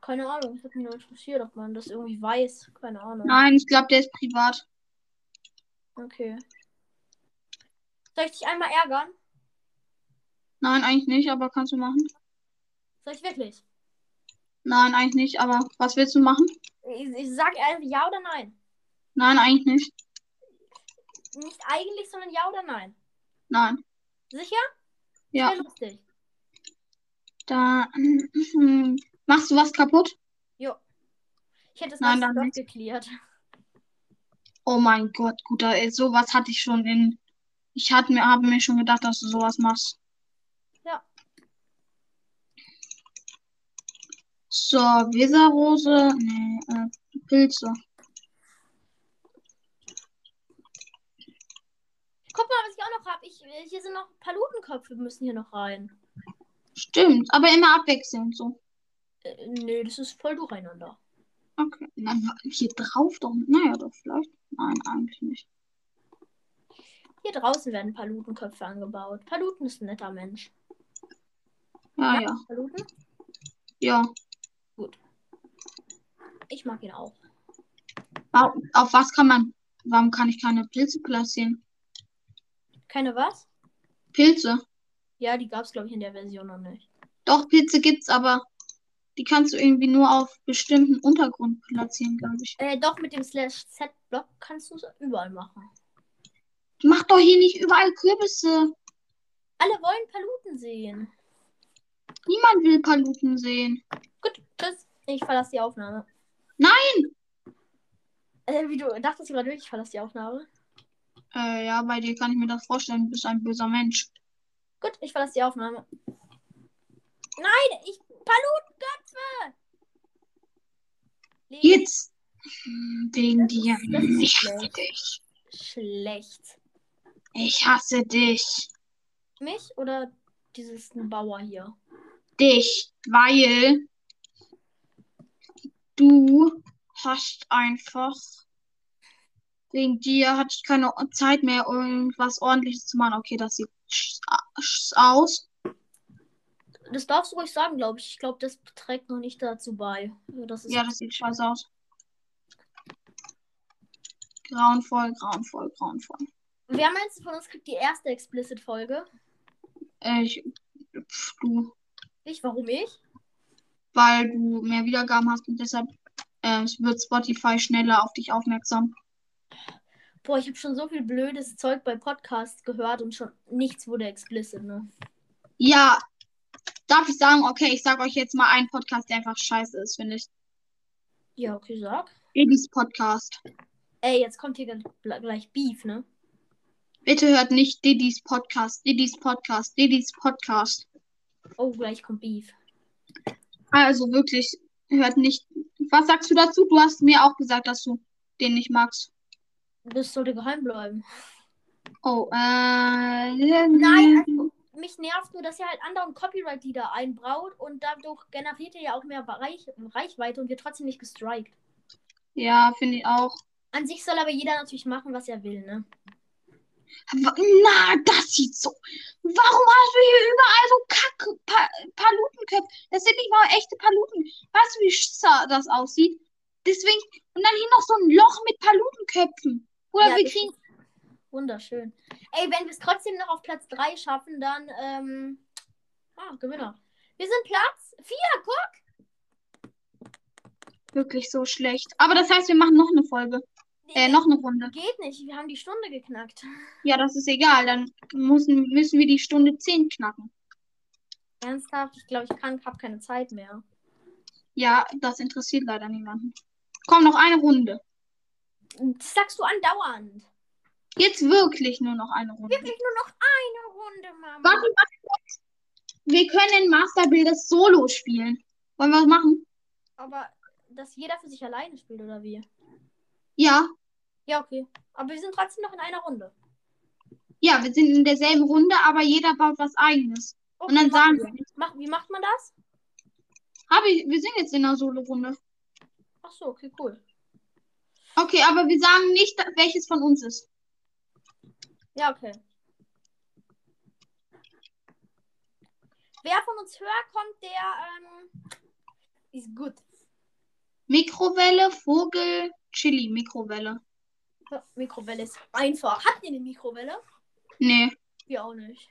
S1: Keine Ahnung. Ich hab mich nur interessiert, ob man das irgendwie weiß. Keine Ahnung.
S2: Nein, ich glaube, der ist privat.
S1: Okay. Soll ich dich einmal ärgern?
S2: Nein, eigentlich nicht, aber kannst du machen.
S1: Soll ich wirklich?
S2: Nein, eigentlich nicht, aber was willst du machen?
S1: Ich, ich sag einfach ja oder nein.
S2: Nein, eigentlich nicht.
S1: Nicht eigentlich, sondern ja oder nein.
S2: Nein.
S1: Sicher?
S2: Ja.
S1: Sehr lustig.
S2: Da [laughs] machst du was kaputt?
S1: Ich hätte es
S2: Nein,
S1: mal
S2: dann
S1: nicht
S2: nicht.
S1: geklärt.
S2: Oh mein Gott, guter, ey, sowas hatte ich schon in. Ich hatte mir, habe mir schon gedacht, dass du sowas machst.
S1: Ja.
S2: So, Weserrose, nee, äh, Pilze.
S1: Guck mal, was ich auch noch habe. Ich, äh, hier sind noch Palutenköpfe, müssen hier noch rein.
S2: Stimmt, aber immer abwechselnd so.
S1: Äh, nö, das ist voll durcheinander.
S2: Okay. Na, wa- hier drauf doch. Naja, doch, vielleicht. Nein, eigentlich nicht.
S1: Hier draußen werden Palutenköpfe angebaut. Paluten ist ein netter Mensch.
S2: Ja, Ah, ja.
S1: Paluten?
S2: Ja.
S1: Ich mag ihn auch.
S2: Wa- Auf was kann man. Warum kann ich keine Pilze platzieren?
S1: Keine was?
S2: Pilze.
S1: Ja, die gab es, glaube ich, in der Version noch nicht.
S2: Doch, Pilze gibt's, aber die kannst du irgendwie nur auf bestimmten Untergrund platzieren, glaube ich.
S1: Äh, doch, mit dem Slash Z-Block kannst du es überall machen.
S2: Mach doch hier nicht überall Kürbisse.
S1: Alle wollen Paluten sehen.
S2: Niemand will Paluten sehen.
S1: Gut, tschüss. Ich verlasse die Aufnahme.
S2: Nein!
S1: Äh, wie du dachtest du gerade wirklich, ich verlasse die Aufnahme.
S2: Äh, ja, bei dir kann ich mir das vorstellen. Du bist ein böser Mensch.
S1: Gut, ich verlasse die Aufnahme. Nein, ich. Palutenköpfe! Nee,
S2: Jetzt! Hm, Wegen
S1: Das
S2: dir.
S1: ist- das ist
S2: Ich hasse
S1: schlecht.
S2: dich.
S1: Schlecht.
S2: Ich hasse dich.
S1: Mich oder dieses Bauer hier?
S2: Dich. Weil du hast einfach. Wegen dir hatte ich keine Zeit mehr, irgendwas ordentliches zu machen. Okay, das sieht sch- sch- aus.
S1: Das darfst du ruhig sagen, glaube ich. Ich glaube, das trägt noch nicht dazu bei. Also, Das ist
S2: Ja, das sieht scheiße aus. Grauenvoll, grauenvoll, grauenvoll.
S1: Wer meinst du von uns kriegt die erste Explicit-Folge?
S2: Äh, Ich, pf, du,
S1: Ich, warum ich?
S2: weil du mehr Wiedergaben hast und deshalb äh, wird Spotify schneller auf dich aufmerksam.
S1: Boah, ich habe schon so viel blödes Zeug bei Podcasts gehört und schon nichts wurde explicit, ne?
S2: Ja, darf ich sagen, okay, ich sag euch jetzt mal einen Podcast, der einfach scheiße ist, finde ich.
S1: Ja, okay, sag.
S2: Babys Podcast.
S1: Ey, jetzt kommt hier gl- gleich Beef, ne?
S2: Bitte hört nicht Didis Podcast, Didis Podcast, Didis Podcast.
S1: Oh, gleich kommt Beef.
S2: Also wirklich, hört nicht. Was sagst du dazu? Du hast mir auch gesagt, dass du den nicht magst.
S1: Das sollte geheim bleiben.
S2: Oh, äh.
S1: Nein, also mich nervt nur, dass er halt anderen Copyright-Lieder einbraut und dadurch generiert er ja auch mehr Reich Reichweite und wird trotzdem nicht gestrikt.
S2: Ja, finde ich auch.
S1: An sich soll aber jeder natürlich machen, was er will, ne?
S2: W- Na, das sieht so. Warum hast du hier überall so Kack pa Palutenköpfe? Das sind nicht mal echte Paluten. Weißt du, wie schissa das aussieht? Deswegen. Und dann hier noch so ein Loch mit Palutenköpfen. Oder
S1: Ja,
S2: wir
S1: das
S2: kriegen.
S1: ist Wunderschön. Ey, wenn wir es trotzdem noch auf Platz 3 schaffen, dann. Ähm... Ah, Gewinner. Wir sind Platz 4. Guck,
S2: Wirklich so schlecht. Aber das heißt, wir machen noch eine Folge. Äh, noch eine Runde.
S1: geht nicht. Wir haben die Stunde geknackt.
S2: Ja, das ist egal. Dann müssen, müssen wir die Stunde 10 knacken.
S1: Ernsthaft? Ich glaube, ich kann, habe keine Zeit mehr.
S2: Ja, das interessiert leider niemanden. Komm, noch eine Runde.
S1: Das sagst du andauernd.
S2: Jetzt wirklich nur noch eine Runde.
S1: Wirklich nur noch eine Runde, Mama.
S2: Warte, warte. Wir können Master Builders Solo spielen. Wollen wir das machen?
S1: Aber dass jeder für sich alleine spielt, oder wie?
S2: Ja.
S1: Ja, okay. Aber wir sind trotzdem noch in einer Runde.
S2: Ja, wir sind in derselben Runde, aber jeder baut was eigenes.
S1: Okay,
S2: Und dann
S1: machen
S2: sagen wir,
S1: wir. Mach, wie macht man das?
S2: hab ich, wir sind jetzt in einer Solo-Runde.
S1: Ach so, okay, cool.
S2: Okay, aber wir sagen nicht, welches von uns ist.
S1: Ja, okay. Wer von uns höher kommt, der ähm, ist gut.
S2: Mikrowelle, Vogel, Chili, Mikrowelle.
S1: Ja, Mikrowelle ist einfach. Habt ihr eine Mikrowelle?
S2: Nee, [laughs]
S1: Wir auch nicht.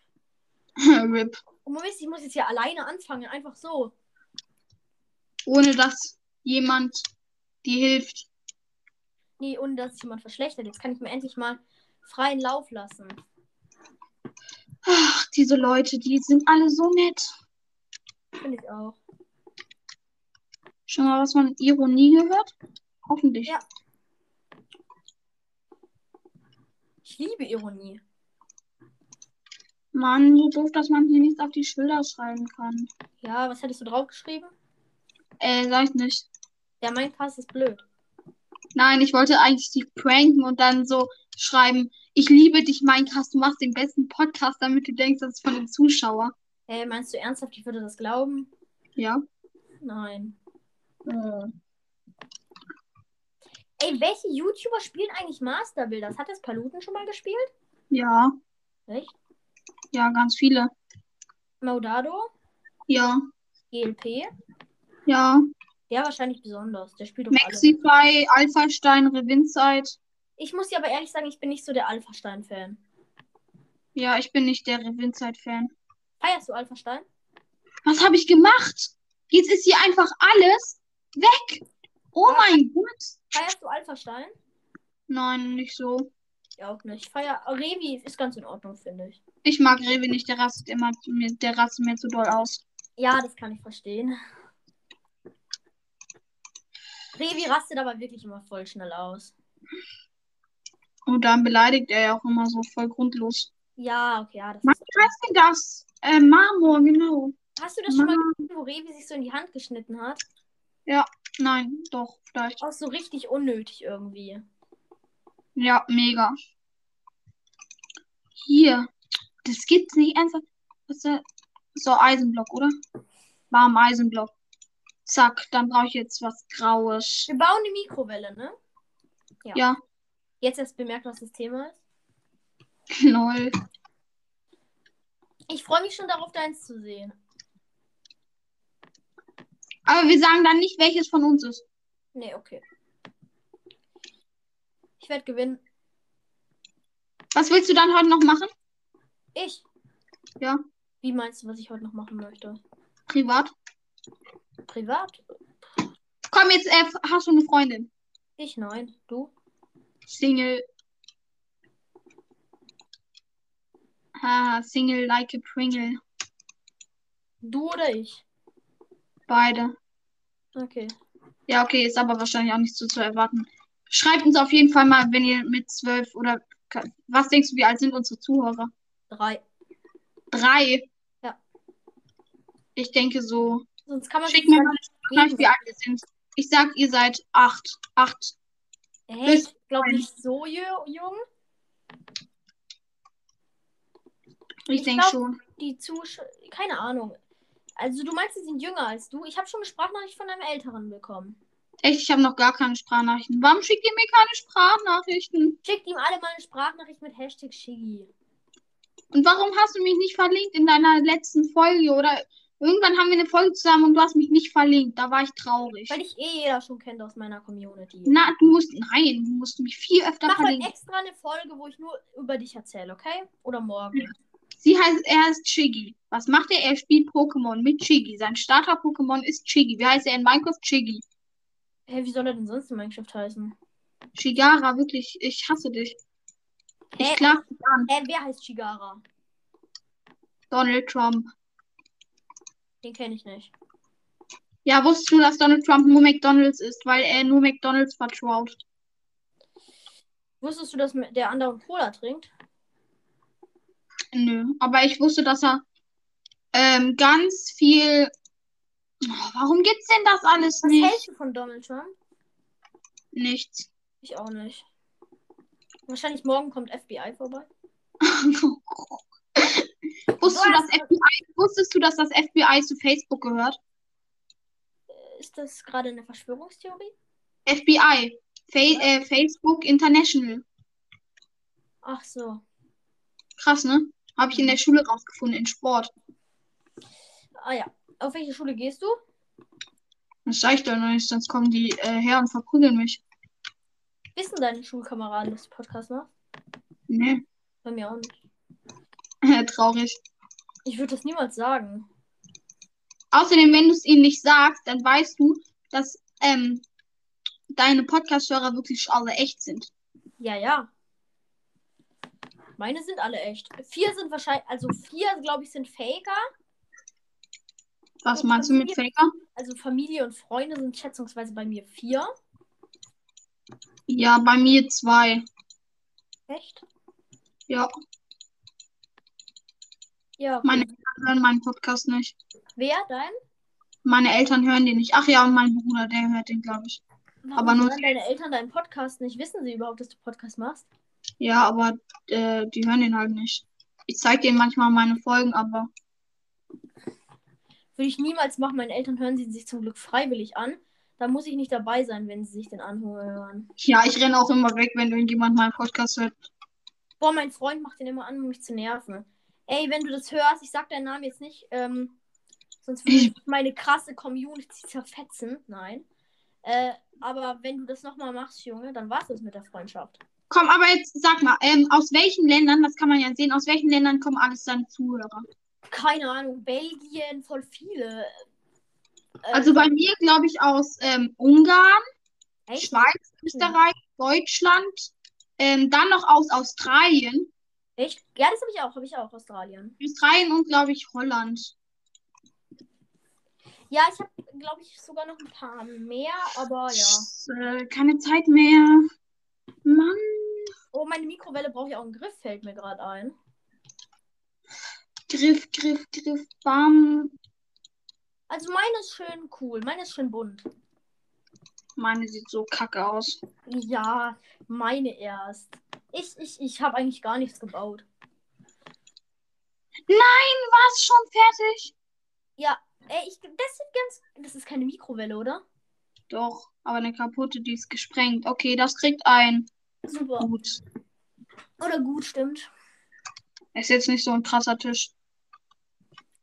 S2: RIP.
S1: Und Moment, ich muss jetzt hier alleine anfangen. Einfach so.
S2: Ohne dass jemand dir hilft.
S1: Nee, ohne dass sich jemand verschlechtert. Jetzt kann ich mir endlich mal freien Lauf lassen.
S2: Ach, diese Leute, die sind alle so nett.
S1: Finde ich auch.
S2: Schon mal was von Ironie gehört? Hoffentlich.
S1: Ja. Ich liebe Ironie.
S2: Mann, so doof, dass man hier nichts auf die Schilder schreiben kann.
S1: Ja, was hättest du draufgeschrieben?
S2: Äh, sag ich nicht.
S1: Ja, mein Pass ist blöd.
S2: Nein, ich wollte eigentlich die pranken und dann so schreiben, ich liebe dich, Minecraft, du machst den besten Podcast, damit du denkst, das ist von dem Zuschauer.
S1: Hey, meinst du ernsthaft, ich würde das glauben?
S2: Ja.
S1: Nein.
S2: Äh,
S1: Ey, welche YouTuber spielen eigentlich Master Builders? Hat das Paluten schon mal gespielt?
S2: Ja,
S1: Echt?
S2: ja, ganz viele.
S1: Maudado?
S2: Ja,
S1: GLP?
S2: ja.
S1: Der wahrscheinlich besonders. Der spielt um alles.
S2: Maxify, Alphastein, Revinzeit.
S1: Ich muss dir aber ehrlich sagen, ich bin nicht so der Alpha-Stein-Fan.
S2: Ja, ich bin nicht der Revinzeit-Fan.
S1: Feierst du Alpha-Stein?
S2: Was habe ich gemacht? Jetzt ist hier einfach alles weg. Oh
S1: Ja.
S2: mein Gott.
S1: Feierst du Alpha-Stein?
S2: Nein, nicht so.
S1: Ja, auch nicht. Feier. Revi ist ganz in Ordnung, finde ich.
S2: Ich mag Rewe nicht, der rastet immer, mir- der rastet mir zu doll aus.
S1: Ja, das kann ich verstehen. Revi rastet aber wirklich immer voll schnell aus.
S2: Und dann beleidigt er ja auch immer so voll grundlos.
S1: Ja, okay, ja, das
S2: Was
S1: ist.
S2: heißt denn das? Äh, Marmor, genau.
S1: Hast du das schon mal gesehen, wo Revi sich so in die Hand geschnitten hat?
S2: Nein, doch, vielleicht.
S1: Auch so richtig unnötig irgendwie.
S2: Ja, mega. Hier. Das gibt's nicht ernsthaft. Was ist das? So, Eisenblock, oder? Warm Eisenblock. Zack, dann brauche ich jetzt was Graues. [laughs]
S1: Wir bauen eine Mikrowelle, ne?
S2: Ja.
S1: Jetzt erst bemerkt, was das Thema ist.
S2: Lol.
S1: Ich freue mich schon darauf, deins zu sehen.
S2: Aber wir sagen dann nicht, welches von uns ist.
S1: Nee, okay. Ich werde gewinnen.
S2: Was willst du dann heute noch machen?
S1: Ich.
S2: Ja.
S1: Wie meinst du, was ich heute noch machen möchte?
S2: Privat?
S1: Privat?
S2: Komm, jetzt äh, hast du eine Freundin.
S1: Ich nein. Du?
S2: Single. Ah, Single like a Pringle.
S1: Du oder ich?
S2: Beide.
S1: Okay.
S2: Ja, okay, ist aber wahrscheinlich auch nicht so zu erwarten. Schreibt uns auf jeden Fall mal, wenn ihr mit zwölf oder was denkst du, wie alt sind unsere Zuhörer?
S1: Drei.
S2: Drei.
S1: Ja.
S2: Ich denke so.
S1: Sonst kann man
S2: Schick
S1: sich
S2: mir
S1: gar
S2: mal
S1: nicht
S2: eine Nachricht,
S1: reden.
S2: wie alt wir sind. Ich sag, ihr seid acht. Acht.
S1: Hey, ich glaube nicht so jü- jung.
S2: Ich,
S1: Ich
S2: denke
S1: glaub-
S2: schon.
S1: Die Zusch... Keine Ahnung. Also du meinst, sie sind jünger als du? Ich habe schon eine Sprachnachricht von einem Älteren bekommen.
S2: Echt, ich habe noch gar keine Sprachnachrichten. Warum schickt ihr mir keine Sprachnachrichten?
S1: Schickt ihm alle mal eine Sprachnachricht mit Hashtag Shiggy.
S2: Und warum hast du mich nicht verlinkt in deiner letzten Folge? Oder irgendwann haben wir eine Folge zusammen und du hast mich nicht verlinkt. Da war ich traurig.
S1: Weil dich eh jeder schon kennt aus meiner Community.
S2: Na, du musst. Nein, du musst mich viel öfter
S1: Mach mal
S2: verlinken.
S1: extra eine Folge, wo ich nur über dich erzähle, okay? Oder morgen.
S2: Sie heißt, er heißt Chiggy. Was macht er? Er spielt Pokémon mit Chiggy. Sein Starter-Pokémon ist Chiggy. Wie heißt er in Minecraft? Chiggy.
S1: Hä, hey, wie soll er denn sonst in Minecraft heißen?
S2: Chigara, wirklich, ich hasse dich. Ich
S1: Hä?
S2: klag dich an.
S1: Hä, Äh, wer heißt Chigara?
S2: Donald Trump.
S1: Den kenne ich nicht.
S2: Ja, wusstest du, dass Donald Trump nur McDonalds ist, weil er nur McDonalds vertraut?
S1: Wusstest du, dass der andere Cola trinkt?
S2: Nö, aber ich wusste, dass er ähm, ganz viel. Oh, warum gibt's denn das alles
S1: Was
S2: nicht?
S1: hältst du von Donald Trump?
S2: Nichts. [laughs]
S1: Ich auch nicht. Wahrscheinlich morgen kommt FBI vorbei.
S2: wusstest, du, dass FBI, wusstest du, dass das FBI zu Facebook gehört?
S1: Ist das gerade eine Verschwörungstheorie?
S2: FBI. Fa äh, Facebook International.
S1: Ach so.
S2: Krass, ne? Habe ich in
S1: Mhm.
S2: der Schule rausgefunden, in Sport.
S1: Ah ja. Auf welche Schule gehst du?
S2: Das sag ich doch noch nicht, sonst kommen die äh, her und verprügeln mich.
S1: Wissen deine Schulkameraden, dass du Podcast machst?
S2: Ne,
S1: Bei mir auch nicht.
S2: [laughs] traurig.
S1: Ich würde das niemals sagen.
S2: Außerdem, wenn du es ihnen nicht sagst, dann weißt du, dass ähm, deine Podcast-Hörer wirklich alle echt sind.
S1: Ja, ja. Meine sind alle echt. Vier sind wahrscheinlich, also vier, glaube ich, sind Faker.
S2: Was
S1: Und
S2: meinst du mit
S1: Familie-
S2: Faker?
S1: Also Familie und Freunde sind schätzungsweise bei mir vier.
S2: Ja, bei mir zwei.
S1: Echt?
S2: Ja,
S1: Ja. okay.
S2: meine Eltern hören meinen Podcast nicht.
S1: Wer dein?
S2: Meine Eltern hören den nicht. Ach ja, und mein Bruder, der hört den, glaube ich.
S1: Warum
S2: Aber nur-
S1: hören deine Eltern deinen Podcast nicht? Wissen sie überhaupt, dass du Podcast machst?
S2: Ja, aber äh, die hören den halt nicht. Ich zeige denen manchmal meine Folgen, aber
S1: Würde ich niemals machen. Meine Eltern hören sie sich zum Glück freiwillig an. Da muss ich nicht dabei sein, wenn sie sich den anhören.
S2: ja, ich renne auch immer weg, wenn irgendjemand meinen Podcast hört.
S1: Boah, mein Freund macht den immer an, um mich zu nerven. Ey, wenn du das hörst, ich sag deinen Namen jetzt nicht, ähm, sonst würde
S2: [laughs]
S1: ich meine krasse Community zerfetzen. Nein. Äh, aber wenn du das nochmal machst, Junge, dann war's das mit der Freundschaft.
S2: Komm, aber jetzt sag mal, ähm, aus welchen Ländern, das kann man ja sehen, aus welchen Ländern kommen alles deine Zuhörer?
S1: Keine Ahnung, Belgien, voll viele. Äh,
S2: Also bei mir, glaube ich, aus ähm, Ungarn,
S1: echt? Hm.
S2: Schweiz, Österreich, Deutschland, ähm, dann noch aus Australien.
S1: echt? Ja, das habe ich auch, habe ich auch, Australien.
S2: Australien und, glaube ich, Holland.
S1: Ja, ich habe, glaube ich, sogar noch ein paar mehr, aber Oh ja.
S2: Äh, keine Zeit mehr. Mann.
S1: Oh, meine Mikrowelle braucht ja auch einen Griff, fällt mir gerade ein.
S2: Griff, Griff, Griff, bam.
S1: Also meine ist schön cool, meine ist schön bunt.
S2: Meine sieht so kacke aus.
S1: Ja, meine erst. Ich, ich, ich habe eigentlich gar nichts gebaut.
S2: Was, schon fertig?
S1: Ey, ich, das sieht ganz. Das ist keine Mikrowelle, oder?
S2: Doch, aber eine kaputte, die ist gesprengt. Okay, das kriegt ein.
S1: Super.
S2: Gut.
S1: Oder gut, stimmt.
S2: Ist jetzt nicht so ein krasser Tisch.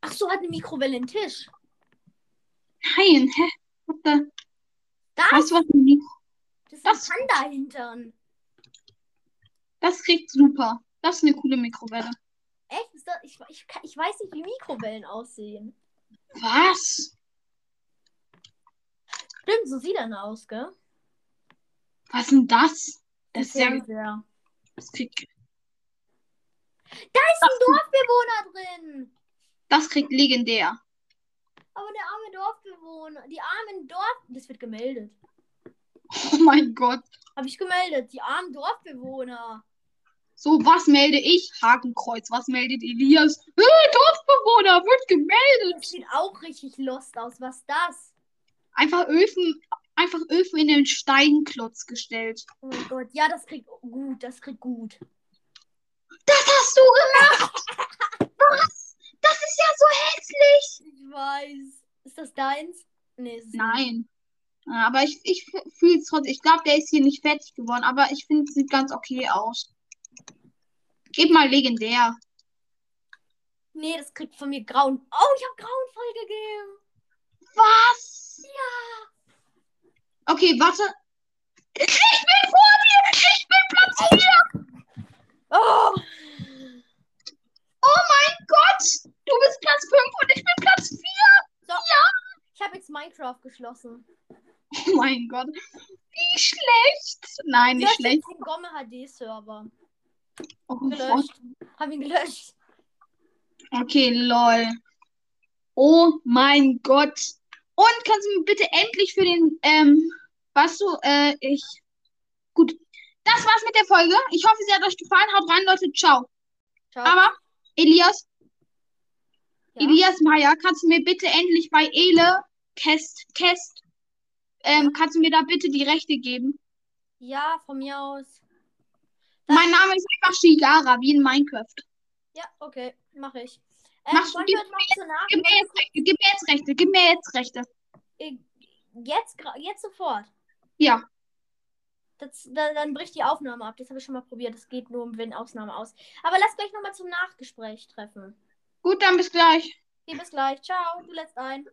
S1: Ach so, hat eine Mikrowelle einen Tisch.
S2: Nein, hä? What the?
S1: Da,
S2: Weißt du, was ein Mikro?
S1: das ist ein Panda-Hintern.
S2: Das kriegt super. Das ist eine coole Mikrowelle.
S1: Echt? Ist das, ich, ich, kann- ich weiß nicht, wie Mikrowellen aussehen.
S2: Was?
S1: Stimmt, so sieht er aus, gell?
S2: Was ist denn das? Das ist ja.
S1: Fernseher.
S2: Das kriegt,
S1: Da ist ein Dorfbewohner drin.
S2: das kriegt legendär.
S1: Aber der arme Dorfbewohner, die armen Dorf. Das wird gemeldet.
S2: Oh mein Gott.
S1: Habe ich gemeldet. Die armen Dorfbewohner.
S2: So, was melde ich? Hakenkreuz. Was meldet Elias? Äh, Dorfbewohner wird
S1: Das
S2: gemeldet.
S1: sieht auch richtig lost aus. Was das?
S2: Einfach Öfen, einfach Öfen in den Steinklotz gestellt.
S1: Oh mein Gott. Ja, das kriegt gut. Das kriegt gut.
S2: Das hast du gemacht.
S1: deins? Nee, es ist
S2: Nein. Ja, Aber ich, ich fühle es trotzdem. Ich glaube, der ist hier nicht fertig geworden, aber ich finde, sieht ganz okay aus. Gib mal legendär.
S1: Nee, das kriegt von mir grauen. Oh, ich habe grauen voll gegeben.
S2: Was? Ja. Okay, warte. Ich bin vor dir! Ich bin Platz 4!
S1: Oh,
S2: Oh mein Gott! Du bist Platz 5 und ich bin Platz 4!
S1: ich habe jetzt Minecraft geschlossen.
S2: Oh [laughs] mein Gott. Wie schlecht. Nein, nicht
S1: Löscht
S2: schlecht.
S1: jetzt Den Gomme HD-Server.
S2: Oh, Gott.
S1: Gelöscht. Hab ihn gelöscht.
S2: okay, lol. Oh mein Gott. Und kannst du mir bitte endlich für den, ähm, was du, äh, ich. Gut. Das war's mit der Folge. Ich hoffe, sie hat euch gefallen. Haut rein, Leute. Ciao.
S1: Ciao.
S2: Aber, Elias,
S1: Ja.
S2: Elias Meyer, kannst du mir bitte endlich bei Ele Kest, Kest, ähm, kannst du mir da bitte die Rechte geben?
S1: ja, von mir aus.
S2: Mein Name ist einfach Shigara, wie in Minecraft.
S1: Ja, okay, mache ich. Äh,
S2: Machst du-
S1: wollen
S2: gib
S1: wir noch zur Nach-
S2: Gib mir jetzt Rechte, gib mir jetzt Rechte, gib mir jetzt Rechte.
S1: Äh, Jetzt, gra- jetzt sofort.
S2: Ja.
S1: Das, da, dann bricht die Aufnahme ab. Das habe ich schon mal probiert. Das geht nur um wenn Ausnahme aus. Aber lass gleich nochmal zum Nachgespräch treffen.
S2: Gut, dann bis gleich.
S1: Okay, bis gleich. Ciao. Du lässt ein.